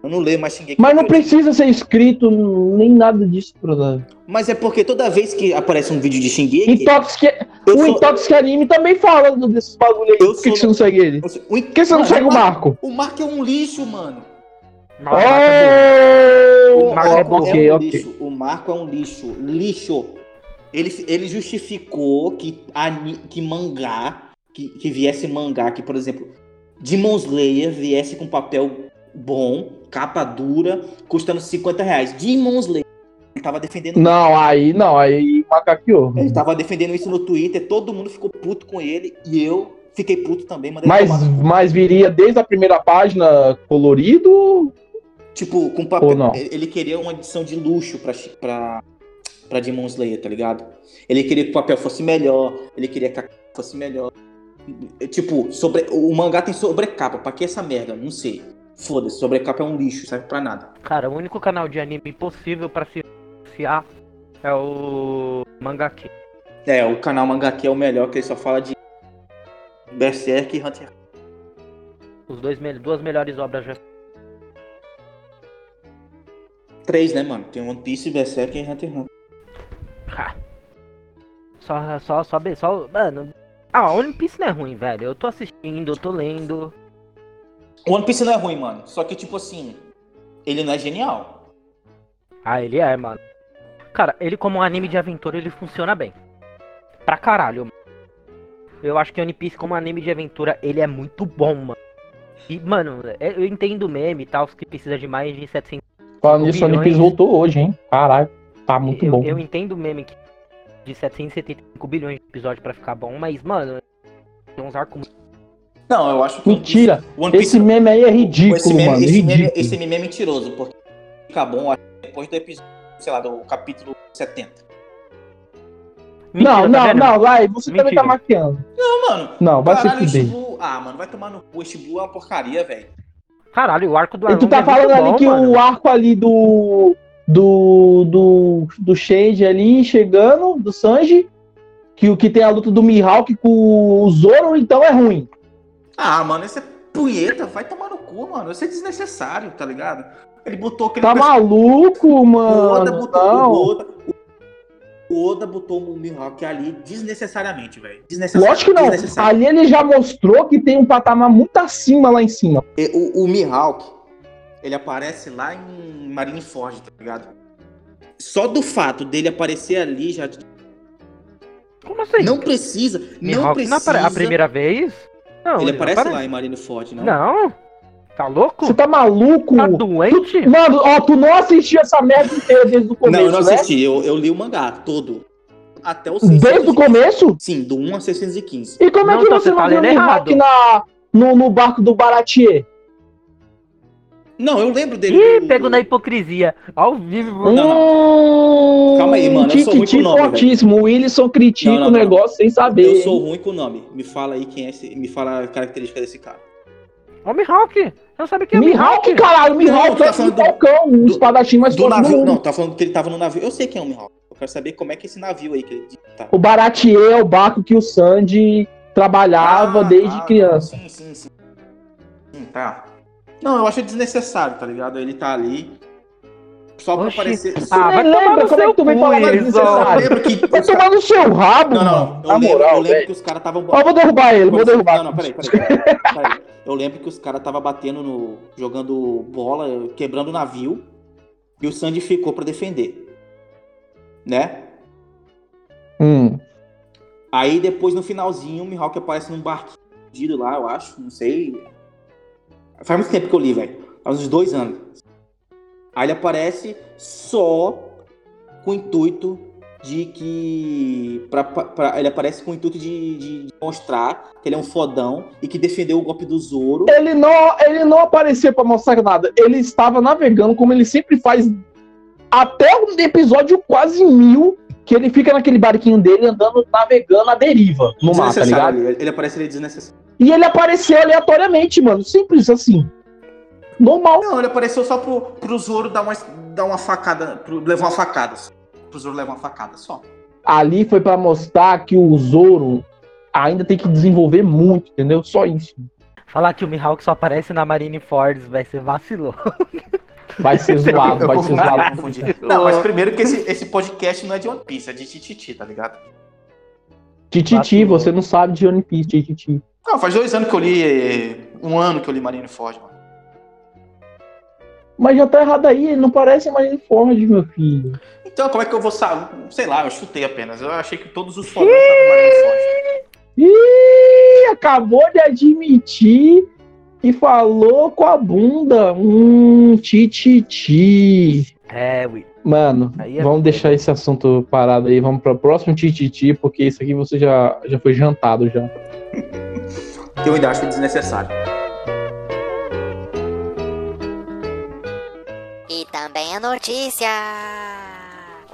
Eu não leio mais xinguei. Mas não precisa ser escrito nem nada disso, Bruno. Mas é porque toda vez que aparece um vídeo de xinguei. Intoxique... Eu O sou- Intoxique Anime também fala desses bagulho aí. Eu Por que, que você sou- não segue ele? Por eu sou- o- que você não Mano, segue o Mar- Marco? O Marco é um lixo, mano. Nossa, tá Oh! Marco é bom. Ok, um ok. lixo. O Marco é um lixo. Lixo. Ele, ele justificou que, ani- que mangá, que, que viesse mangá, que, por exemplo, Demon Slayer viesse com papel bom, capa dura, custando 50 reais. Demon Slayer. Ele tava defendendo Não, aí não, aí macaqueou. Ele tá tava defendendo isso no Twitter, todo mundo ficou puto com ele e eu fiquei puto também, mandei Mas, tomar- mas viria desde a primeira página colorido? tipo com papel. Ou não? Ele queria uma edição de luxo pra, chi- pra pra Demon Slayer, tá ligado? Ele queria que o papel fosse melhor, ele queria que a capa fosse melhor. É, Tipo, sobre... o mangá tem sobrecapa, pra que essa merda? Não sei. Foda-se, sobrecapa é um lixo, serve pra nada. Cara, o único canal de anime possível pra se fiar é o Mangaki. É, o canal Mangaki é o melhor, que ele só fala de Berserk e Hunter x Os dois me- duas melhores obras já. Três, né, mano? Tem One Piece, Berserk e Hunter x Hunter. Ha. Só, só, só, be- só, mano. Ah, One Piece não é ruim, velho. Eu tô assistindo, eu tô lendo. One Piece não é ruim, mano. Só que, tipo assim, ele não é genial. Ah, ele é, mano. Cara, ele como um anime de aventura, ele funciona bem. Pra caralho, mano. Eu acho que One Piece como anime de aventura, ele é muito bom, mano. E, mano, é- eu entendo meme e tal, que precisa de mais de 700 Falando nisso, o One Piece Bilhões. voltou hoje, hein? Caralho, tá muito eu, bom. eu entendo o meme que de 775 bilhões de episódios pra ficar bom, mas, mano, tem uns arcos muito. Não, eu acho que. One Piece- Mentira! One Piece- Esse meme aí é esse ridículo, meme, mano. esse, meme, Ridículo. esse meme é mentiroso, porque fica bom acho que depois do episódio, sei lá, do capítulo 70. Não, Mentira, tá não, vendo? não, vai, você também Mentira. tá maquiando. Não, Então, mano. Não, Ah, vai se Caralho, o fuder. Shibu. Ah, mano, vai tomar no cu. O Shibu é uma porcaria, velho. Caralho, o arco do E Arlong tu tá é falando muito bom, ali que mano. o arco ali do. Do. Do. Do Shade ali chegando, do Sanji. Que o que tem a luta do Mihawk com o Zoro, então é ruim. Ah, mano, essa punheta vai tomar no cu, mano. Isso é desnecessário, tá ligado? Ele botou aquele. Tá perso- maluco, O Oda mano? botou o Não. Oda, o Oda botou o Mihawk ali desnecessariamente, velho. Desnecessário. Lógico que não. Tá desnecessário. Ali ele já mostrou que tem um patamar muito acima lá em cima. E O, o Mihawk, ele aparece lá em Marineford, tá ligado? Só do fato dele aparecer ali já Como assim? não precisa, não Mihawk precisa. apare- é A primeira vez? Não, Ele aparece não lá então. em Marineford, não? Não. Tá louco? Você tá maluco? Tá doente? Mano, ó, tu não assistiu essa merda inteira desde o não, começo, eu não né? assisti, eu, eu li o mangá todo. Até o Desde o começo? Sim, do 1 a 615. E como Não, é que então você você tá não viu o lendo Mihawk errado. na, no, no barco do Baratier? Não, eu lembro dele. Ih, do- pego na hipocrisia. Ao vivo. Não, Hum, Calma aí, mano, eu sou ruim com tititi nome, velho. fortíssimo. O Wilson critica Não, não, o não. negócio sem saber. Eu sou ruim com o nome. Me fala aí quem é esse. Me fala a característica desse cara. Hum? Ó, o Mihawk. Não sabe quem é o Mihawk, caralho, Não, Mihawk tá é um falando do- falcão, um espadachim mais Do forte do navio. mundo. Não, tá falando que ele tava no navio. Eu sei quem é o Mihawk. Eu quero saber como é que esse navio aí que ele tá. O Baratier é o barco que o Sandy trabalhava Ah, desde tá, criança. Sim, sim, sim. Sim, tá. Não, eu acho desnecessário, tá ligado? Ele tá ali. Só pra Oxi. aparecer. Tu Ah, nem vai tomar lembra no como é seu que tu vem cu, falar Mas mais Wilson. eu desnecessário? lembro que. Vai tomar no seu rabo, Não, mano. não. Eu Na lembro, eu moral, lembro velho. que os caras estavam. Ó, eu vou derrubar ele, vou derrubar. Não, não, peraí, peraí. peraí, peraí. Eu lembro que os caras estavam batendo no. jogando bola, quebrando o navio. E o Sandy ficou pra defender. Né? Hum. Aí depois no finalzinho o Mihawk aparece num barquinho perdido lá, eu acho, não sei. Faz muito tempo que eu li, velho. Faz uns dois anos. Aí ele aparece só com o intuito de que. Pra, pra- ele aparece com o intuito de, de- de mostrar que ele é um fodão e que defendeu o golpe do Zoro. Ele não, ele não apareceu pra mostrar nada. Ele estava navegando como ele sempre faz até o episódio quase mil, que ele fica naquele barquinho dele andando, navegando à deriva no mar, tá Desnecessário ligado? ali, Ele, ele aparece ele é desnecessário. E ele apareceu aleatoriamente, mano. Simples assim. Normal. Não, ele apareceu só pro, pro Zoro dar uma, dar uma facada. Pro, levar uma facada. só. Pro Zoro levar uma facada só. Ali foi pra mostrar que o Zoro ainda tem que desenvolver muito, entendeu? Só isso. Falar que o Mihawk só aparece na Marine Fords, vai ser vacilou. Vai ser zoado, Eu vai ser confundi, eu zoado. confundi. Não, mas primeiro que esse, esse podcast não é de One Piece, é de Tititi, tá ligado? Tititi, você não sabe de One Piece, Tititi. Não, faz dois anos que eu li. eh, Um ano que eu li Marineford, mano. Mas já tá errado aí, ele não parece mais Ford, meu filho. Então, como é que eu vou saber? Sei lá, eu chutei apenas. Eu achei que todos os fodões estavam em Marineford. Ih, acabou de admitir e falou com a bunda. Hum, tititi. É, Will. Mano, Aí é vamos foda. deixar esse assunto parado aí. Vamos para o próximo tititi, porque isso aqui você já, já foi jantado já. Eu ainda acho desnecessário. E também a notícia.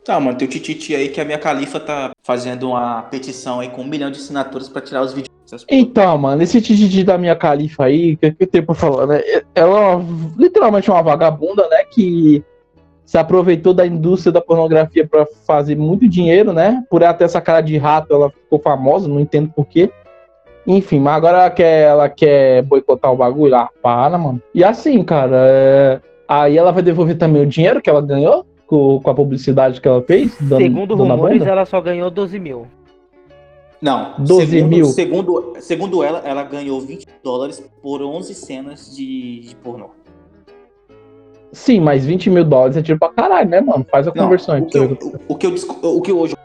Tá, mano, tem o tititi aí que a minha califa tá fazendo uma petição aí com um milhão de assinaturas pra tirar os vídeos. dessas porra. Então, mano, esse tititi da minha califa aí, o que, que eu tenho pra falar, né? Ela é uma- literalmente é uma vagabunda, né? Que se aproveitou da indústria da pornografia pra fazer muito dinheiro, né? Por ela ter essa cara de rato, ela ficou famosa, não entendo porquê. Enfim, mas agora ela quer, ela quer boicotar o bagulho. Ah, para, mano. E assim, cara, é, aí ela vai devolver também o dinheiro que ela ganhou com, com a publicidade que ela fez. dando- Segundo dando a rumores, é. bunda? ela só ganhou 12 mil. Não, 12 segundo, mil. Segundo, segundo ela, ela ganhou 20 dólares por 11 cenas de, de pornô. Sim, mas 20 mil dólares é tiro pra caralho, né, mano? Faz a Não, conversão aí. o, pra que você eu, ver. o, que eu, discu- o que hoje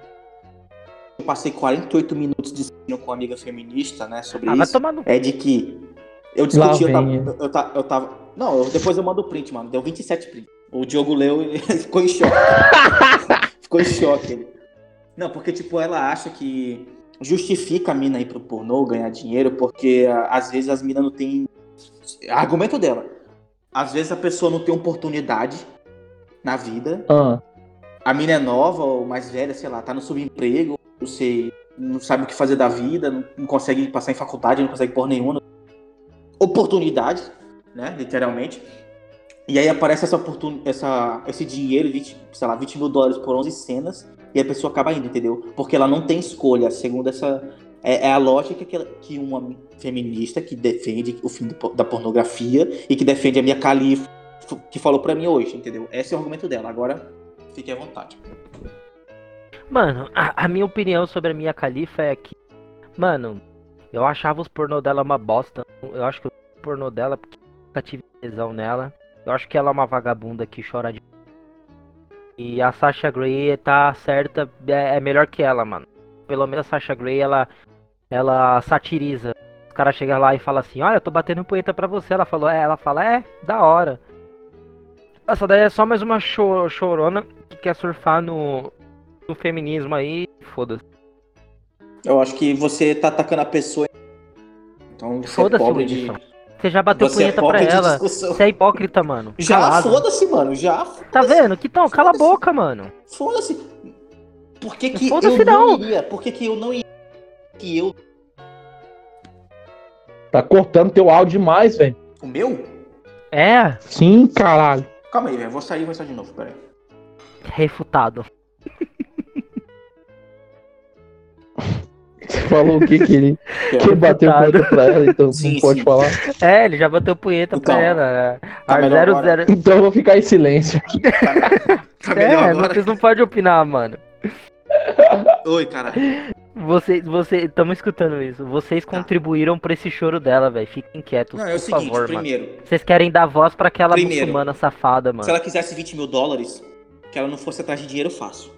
eu passei 48 minutos discutindo com uma amiga feminista, né, sobre Ah, vai isso, tomar no. é de que eu Lá discuti, eu tava, vem, é. eu, ta- eu tava... Não, eu- depois eu mando o print, mano, deu 27 prints. O Diogo leu e ficou em choque. ficou em choque. ele. Não, porque, tipo, ela acha que justifica a mina ir pro pornô ganhar dinheiro, porque a- às vezes as minas não têm. Argumento dela. Às vezes a pessoa não tem oportunidade na vida, Ah, a mina é nova ou mais velha, sei lá, tá no subemprego, não sei, não sabe o que fazer da vida, não, não consegue passar em faculdade, não consegue por nenhuma oportunidade, né, literalmente. E aí aparece essa oportun... essa esse dinheiro, 20, sei lá, 20 mil dólares por 11 cenas, e a pessoa acaba indo, entendeu? Porque ela não tem escolha, segundo essa é, é a lógica que, ela- que uma feminista que defende o fim do po- da pornografia e que defende a minha califa que falou pra mim hoje, entendeu? Esse é o argumento dela. Agora, fique à vontade. Mano, a, a minha opinião sobre a minha califa é que. Mano, eu achava os pornô dela uma bosta. Eu acho que o pornô dela, porque eu nunca tive tesão nela. Eu acho que ela é uma vagabunda que chora de. E a Sasha Grey tá certa, é, é melhor que ela, mano. Pelo menos a Sasha Grey, ela, ela satiriza. Os caras chegam lá e falam assim: Olha, eu tô batendo punheta pra você. Ela falou: É, ela fala: É, da hora. Essa daí é só mais uma cho- chorona que quer surfar no, no feminismo aí, foda-se. Eu acho que você tá atacando a pessoa. Então você é Foda-se, pobre de. Wilson. Você já bateu Você é punheta pra pobre de ela. discussão. Você é hipócrita, mano. Já, Calado. foda-se, mano. Já. Tá foda-se, vendo? Que tal? Cala a Foda-se. boca, mano. Foda-se. Por que, que Foda-se eu não não. iria? Por que, que eu não iria? Que eu. tá cortando teu áudio demais, velho. O meu? É, Sim, caralho. Calma aí, velho. Vou sair e vou sair de novo, peraí. refutado. Você falou o que que ele que ele bateu Coitado. punheta pra ela, então Sim, não pode sim. falar. É, ele já bateu punheta Então, pra ela. tá Ar melhor 00. agora. Então eu vou ficar em silêncio. Tá melhor É, agora? vocês não podem opinar, mano. Oi, cara. Vocês, vocês, estamos escutando isso. Vocês contribuíram pra esse choro dela, velho. Fiquem quietos, Tá. Não, por é o seguinte, favor, mano. primeiro. Vocês querem dar voz pra aquela Primeiro. muçulmana safada, mano. Se ela quisesse 20 mil dólares, que ela não fosse atrás de dinheiro fácil.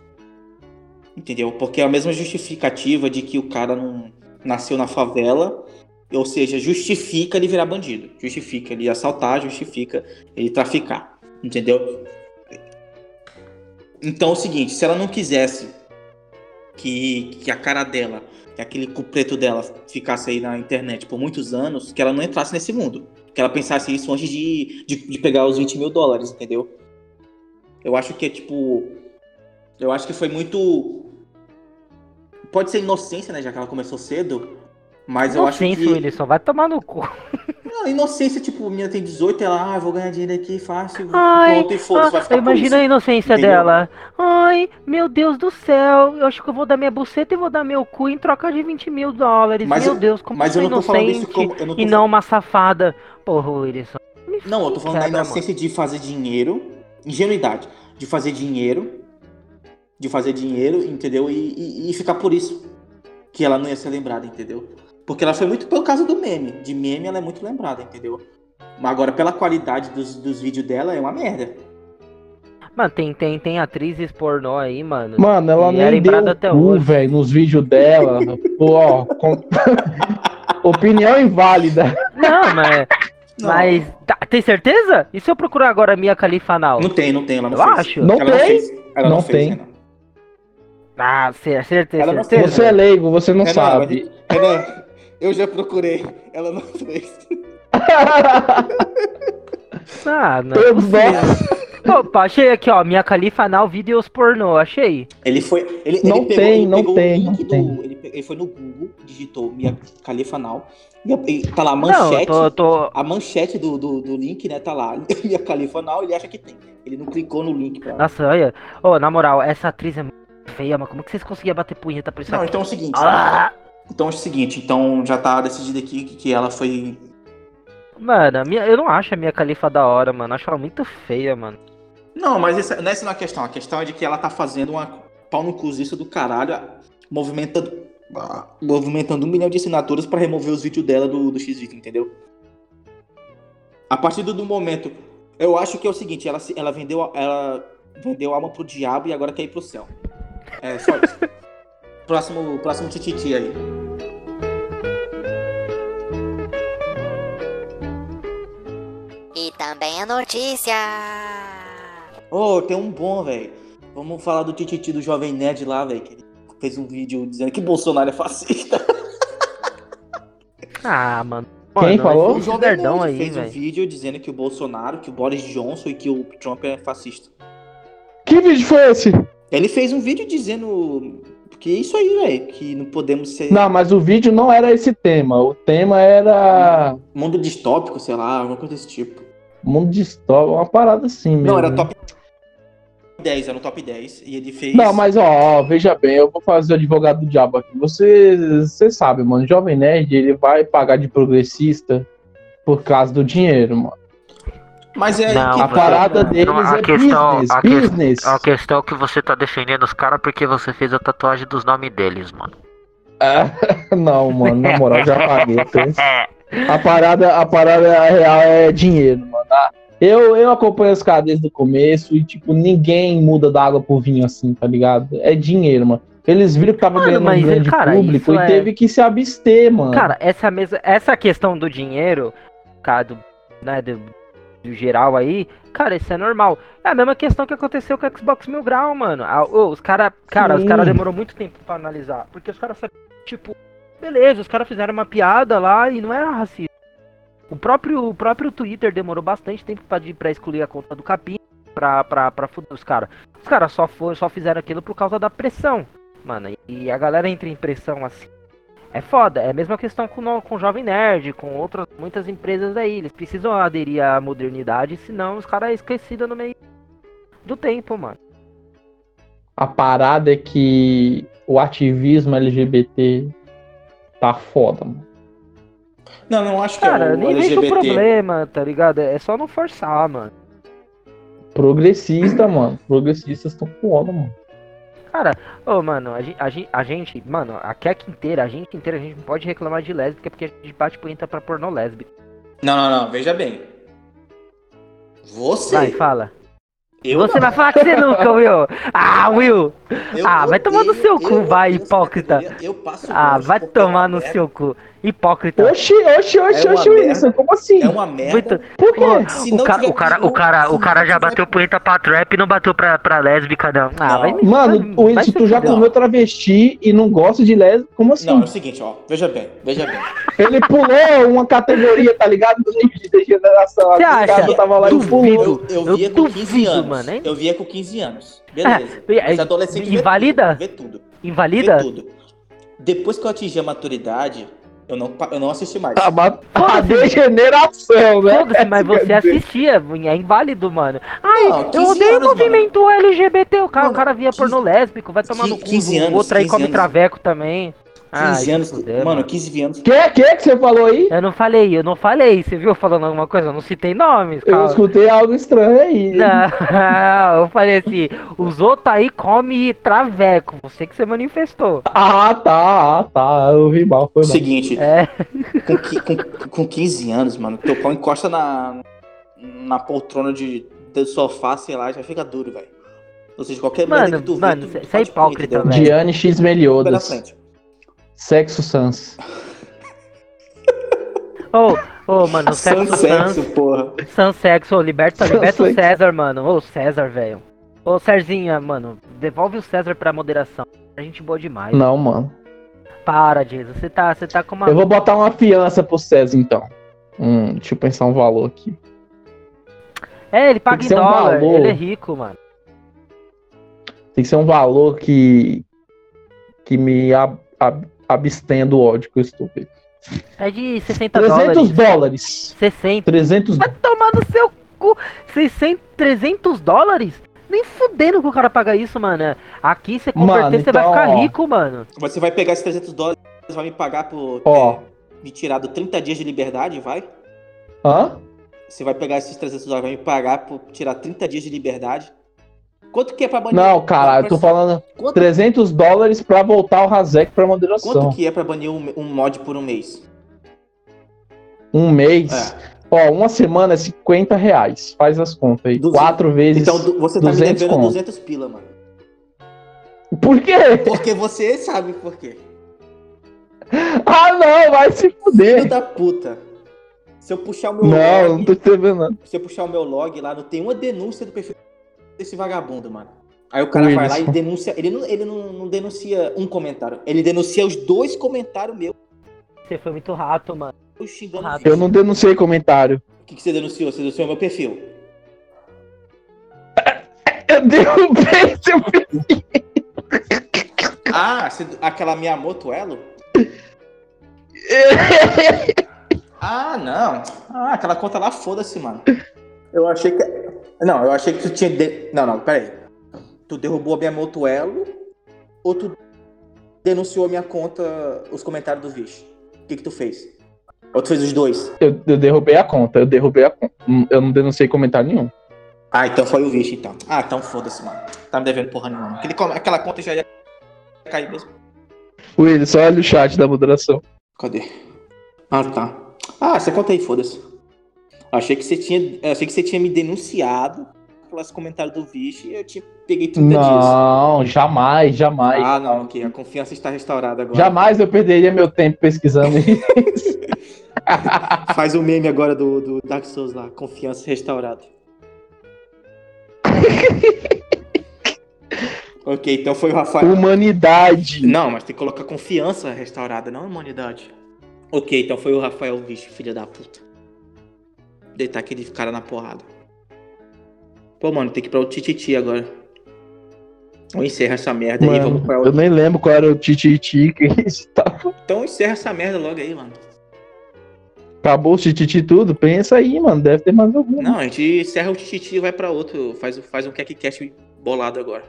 Entendeu? Porque é a mesma justificativa de que o cara não nasceu na favela, ou seja, justifica ele virar bandido, justifica ele assaltar, justifica ele traficar. Entendeu? Então é o seguinte, se ela não quisesse que, que a cara dela, que aquele cu preto dela ficasse aí na internet por muitos anos, que ela não entrasse nesse mundo. Que ela pensasse isso antes de, de, de pegar os 20 mil dólares, entendeu? Eu acho que é tipo. Eu acho que foi muito. Pode ser inocência, né? Já que ela começou cedo. Mas eu acho que. Inocência, Wilson, vai tomar no cu. Não, inocência, tipo, a menina tem 18, ela, ah, vou ganhar dinheiro aqui fácil, Ai, volta e foda-se, vai Ah, ficar imagina a por inocência entendeu? dela. Ai, meu Deus do céu, eu acho que eu vou dar minha buceta e vou dar meu cu em troca de 20 mil dólares. Mas meu eu- Deus, como Mas eu eu sou não tô falando isso inocente como. Eu não tô e não uma safada. Porra, Wilson. me Não, eu tô me falando da quebra, inocência de fazer dinheiro, ingenuidade, de fazer dinheiro, de fazer dinheiro, entendeu? E, e- e ficar por isso que ela não ia ser lembrada, entendeu? Porque ela foi muito pelo caso do meme. De meme ela é muito lembrada, entendeu? Mas agora, pela qualidade dos, dos vídeos dela, é uma merda. mano. Mano, tem, tem, tem atrizes pornô aí, mano. Mano, ela E é nem lembrado deu até até cu, hoje. velho, nos vídeos dela. Pô, ó, com- opinião inválida. Não, mas, Não, mas tá- tem certeza? E se eu procurar agora a minha califa anal? Não tem, não tem, ela não eu fez. acho. Não ela não tem. fez. Ela não, Não fez, tem. Renan. Ah, cer- certeza, Ela não certeza. Você é leigo, você não Renan, sabe. mas- Renan, eu já procurei. Ela não fez. Ah, não. é Todos nós. Opa, achei aqui, ó. Minha Califa Now Videos Pornô, achei. Ele foi. Ele, Não ele pegou, tem, ele não pegou tem, o não link do. tem. Ele, pe- ele foi no Google, digitou Mia Califa Now. E, a- e tá lá a Não, eu manchete. tô, eu tô. A manchete do, do, do link, né? Tá lá. Mia Califa Now, ele acha que tem. Ele não clicou no link pra. Nossa, olha. Ô, na moral, essa atriz é muito feia, mas como que vocês conseguiam bater punheta por isso Não, aqui? então é o seguinte. Ah! Então é o seguinte, então já tá decidido aqui que- que ela foi. Mano, a minha, eu não acho a minha califa da hora, mano. Acho ela muito feia, mano. Não, mas essa, essa não é a questão. A questão é de que ela tá fazendo uma pau no coziça do caralho, a- movimentando. ah, Movimentando um milhão de assinaturas pra remover os vídeos dela do, do X-Video, entendeu? A partir do, do momento. Eu acho que é o seguinte, ela, se- ela vendeu a- ela vendeu a alma pro diabo e agora quer ir pro céu. É só isso. próximo, próximo tititi aí. E também a notícia. Ô, tem um bom, velho. Vamos falar do Tititi do Jovem Nerd lá, velho. Que ele fez um vídeo dizendo que Bolsonaro é fascista. Ah, mano. Quem Mano, falou? esse Jovem nerdão Nerd aí, um fez um velho. vídeo dizendo que o Bolsonaro, que o Boris Johnson e que o Trump é fascista. Que vídeo foi esse? Ele fez um vídeo dizendo que é isso aí, velho. Que não podemos ser Não, mas o vídeo não era esse tema. O tema era Hum. mundo distópico, sei lá, alguma coisa desse tipo. mundo distópico, uma parada assim mesmo. Não, era né? top 10, era um top 10. E ele fez. Não, mas ó, ó, veja bem, eu vou fazer o advogado do diabo aqui. Você, você sabe, mano, o Jovem Nerd, ele vai pagar de progressista por causa do dinheiro, mano. Mas é. Não, que- A mas- parada não, deles a é questão- business, a questão- business. A questão é que você tá defendendo os caras porque você fez a tatuagem dos nomes deles, mano. Ah, Não, mano, na moral, já paguei. então. A parada, a parada real é dinheiro, mano. tá? Eu, eu acompanho os caras desde o começo e, tipo, ninguém muda da água pro vinho assim, tá ligado? É dinheiro, mano. Eles viram que tava Mano, ganhando mas, um grande cara, público isso e é- teve que se abster, mano. Cara, essa mesa, essa questão do dinheiro, cara, do, né, do, do geral aí, cara, isso é normal. É a mesma questão que aconteceu com o Xbox Mil Grau, mano. Ah, ô, os cara, cara, os Sim. cara demorou muito tempo pra analisar, porque os caras sabiam, tipo, beleza, os caras fizeram uma piada lá e não era racista. O próprio, o próprio Twitter demorou bastante tempo pra, de- pra excluir a conta do Capim, pra, pra, pra fuder os caras. Os caras só, foi- só fizeram aquilo por causa da pressão, mano. E a galera entra em pressão assim. É foda, é a mesma questão com, o- com o Jovem Nerd, com outras muitas empresas aí. Eles precisam aderir à modernidade, senão os caras é esquecido no meio do tempo, mano. a parada é que o ativismo LGBT tá foda, mano. Não, não acho que é Cara, o nem vejo o LGBT. problema, tá ligado? É só não forçar, mano. Progressista, mano. Progressistas tão foda, mano. Ô, mano, a gente, a, gente, a gente, mano, a Keck inteira, a gente inteira, a gente não pode reclamar de lésbica porque a gente bate punheta pra pornô lésbica. Não, não, não, veja bem. Você. Vai, fala. eu Você não. vai falar que você nunca, Will. Ah, Will. Eu Ah, vai tomar no seu cu, vai, odeio essa hipócrita. categoria. Eu passo Ah, longe vai porque tomar é uma no merda, seu cu. Hipócrita. Oxi, oxi, oxi, É uma oxi, merda. Wilson. Como assim? É uma merda. Por quê? Ô, Se O não cara, tiver o cara, o peru, cara, o se cara não já tiver- bateu punheta pra trap e não bateu pra, pra lésbica, não. Ah, Não. vai me- Mano, o vai Wilson, se tu já fuder. Não. comeu travesti e não gosta de lésbica? Como assim? Não, é o seguinte, ó. Veja bem, veja bem. Ele pulou uma categoria, tá ligado? Do nível de degeneração. Você Aquele acha? cara tava lá e Duvido. pulou. eu via com 15 duvido, anos. mano, hein? Eu via com 15 anos. Beleza. É, e- Mas adolescente vê invalida? tudo, Vê tudo. Vê Invalida? tudo. Depois que eu atingi a maturidade, eu não, pa- eu não assisti mais. Tá A, ma- a Foda-se. degeneração, né? Foda-se, mas você assistia, é inválido, mano. Ai, É, Não, eu 15 odeio anos, o movimento LGBT, o cara, o cara via 15 pornô lésbico, vai tomar no cu, 15 o anos, outro aí 15 come anos. traveco também. Ah, 15 anos. fuder, mano, 15 anos. Que, é, que que você falou aí? Eu não falei, eu não falei, você viu eu falando alguma coisa? Eu não citei nomes, Eu cara. escutei algo estranho aí. Não, eu falei assim, os outros aí come traveco, você que se manifestou. Ah, tá, ah, tá. Eu vi mal, foi mal. Seguinte, É. com, qui- com, com 15 anos, mano, teu pau encosta na, na poltrona de, do sofá, sei lá, já fica duro, velho. Ou seja, qualquer merda Mano, que tu mano, cê- cê vê, tu é bate punheta, hipócrita, entendeu? velho. Diane X Pela Meliodas. frente. Sexo Sans. Ô, ô, mano, Sans sexo trans, sexo, porra. sans sexo, ô, liberta, Sans liberta o sexo. César, mano. Ô, César, velho. Ô, Serzinha, mano, devolve o César pra moderação. A gente é boa demais. Não, mano. Para, Jesus, você tá, você tá com uma... Eu vou botar uma fiança pro César, então. Hum, deixa eu pensar um valor aqui. É, ele paga que em ser um dólar, valor. ele é rico, mano. Tem que ser um valor que. que me ab, ab- abstenha do ódio que eu estou. vendo. É de 60 300 dólares. dólares. 60. 300 Vai tomar no seu cu. 600, 300 dólares? Nem fudendo que o cara paga isso, mano. Aqui você converter, Mano, você vai então, ficar ó. rico, mano. Você vai pegar esses 300 dólares, vai me pagar por ter Ó. me tirado 30 dias de liberdade, vai? Hã? Você vai pegar esses 300 dólares, vai me pagar por tirar 30 dias de liberdade? Quanto que é pra banir? Não, cara, eu tô falando Quanto, 300 dólares pra voltar o Razek pra moderação. quanto que é pra banir um, um mod por um mês? Um mês. É. Ó, uma semana é 50 reais. Faz as contas aí. Duzentos. Quatro vezes. Então du- você tá me 200 devendo conto. 200 pila, mano. Por quê? Porque você sabe por quê. Ah, não, vai se Filho fuder. da puta. Se eu puxar o meu Não, log, não tô entendendo. não. se eu puxar o meu log lá, não tem uma denúncia do perfil desse vagabundo, mano. Aí o cara Com vai lá e isso. denuncia. Ele, não, ele não, não denuncia um comentário. Ele denuncia os dois comentários meus Você foi muito rato, mano. xingando Ah, Eu o vídeo. não denunciei comentário. O que, que você denunciou? Você denunciou meu perfil. Eu derrubei seu filho. Ah, você- aquela minha moto elo? ah, não. Ah, aquela conta lá, foda-se, mano. Eu achei que. Não, eu achei que tu tinha. de- Não, não, peraí. Tu derrubou a minha moto elo ou tu denunciou a minha conta, os comentários do Vixe? O que, que tu fez? Ou tu fez os dois? Eu, eu derrubei a conta, eu derrubei a conta. Hum, Eu não denunciei comentário nenhum. Ah, então foi o Vixe, então. Ah, então foda-se, mano. Tá me devendo porra nenhuma. Aquele com- Aquela conta já ia cair mesmo. Will, só olha o chat da moderação. Cadê? Ah, tá. Ah, você conta aí, foda-se. Achei que você tinha, achei que você tinha me denunciado pelos comentários do Vixe e eu te peguei 30 dias. Não, jamais, jamais. é Ah, não, ok. A confiança está restaurada agora. Jamais eu perderia meu tempo pesquisando isso. Faz o meme agora do, do Dark Souls lá. Confiança restaurada. ok, então foi o Rafael. Humanidade. Não, mas tem que colocar confiança restaurada, não humanidade. Ok, então foi o Rafael Vixe, filho da puta. Deitar aquele cara na porrada. Pô, mano, tem que ir pra o Tititi agora. Ou encerra essa merda aí, vamos Mano, pra eu nem lembro qual era o tititi que tá- estava. Então encerra essa merda logo aí, mano. Acabou o tititi tudo? Pensa aí, mano. Deve ter mais algum. Não, a gente encerra o Tititi e vai pra outro. Faz, faz um cast bolado agora.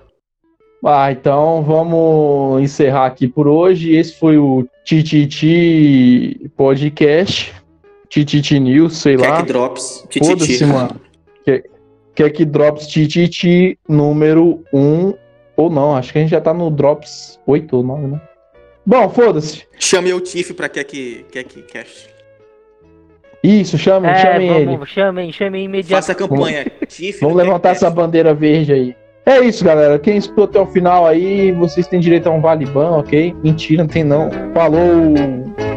Ah, então vamos encerrar aqui por hoje. Esse foi o Tititi Podcast, Tititi News, sei lá. Kek Drops, Tititi. Foda-se, mano. Que- Quer que Drops Tititi número 1 ou não? Acho que a gente já tá no Drops 8 ou 9, né? Bom, foda-se. Chame o Tiff pra Kek, Kek Cast. Isso, chamem, É, chamem Hum, ele. vamos, chamem, chamem imediatamente. Faça a campanha. Tiff. tá Vamos do levantar Kekcast. essa bandeira verde aí. É isso, galera. Quem escutou até o final aí, vocês têm direito a um Valiban, ok? Mentira, não tem não. Falou!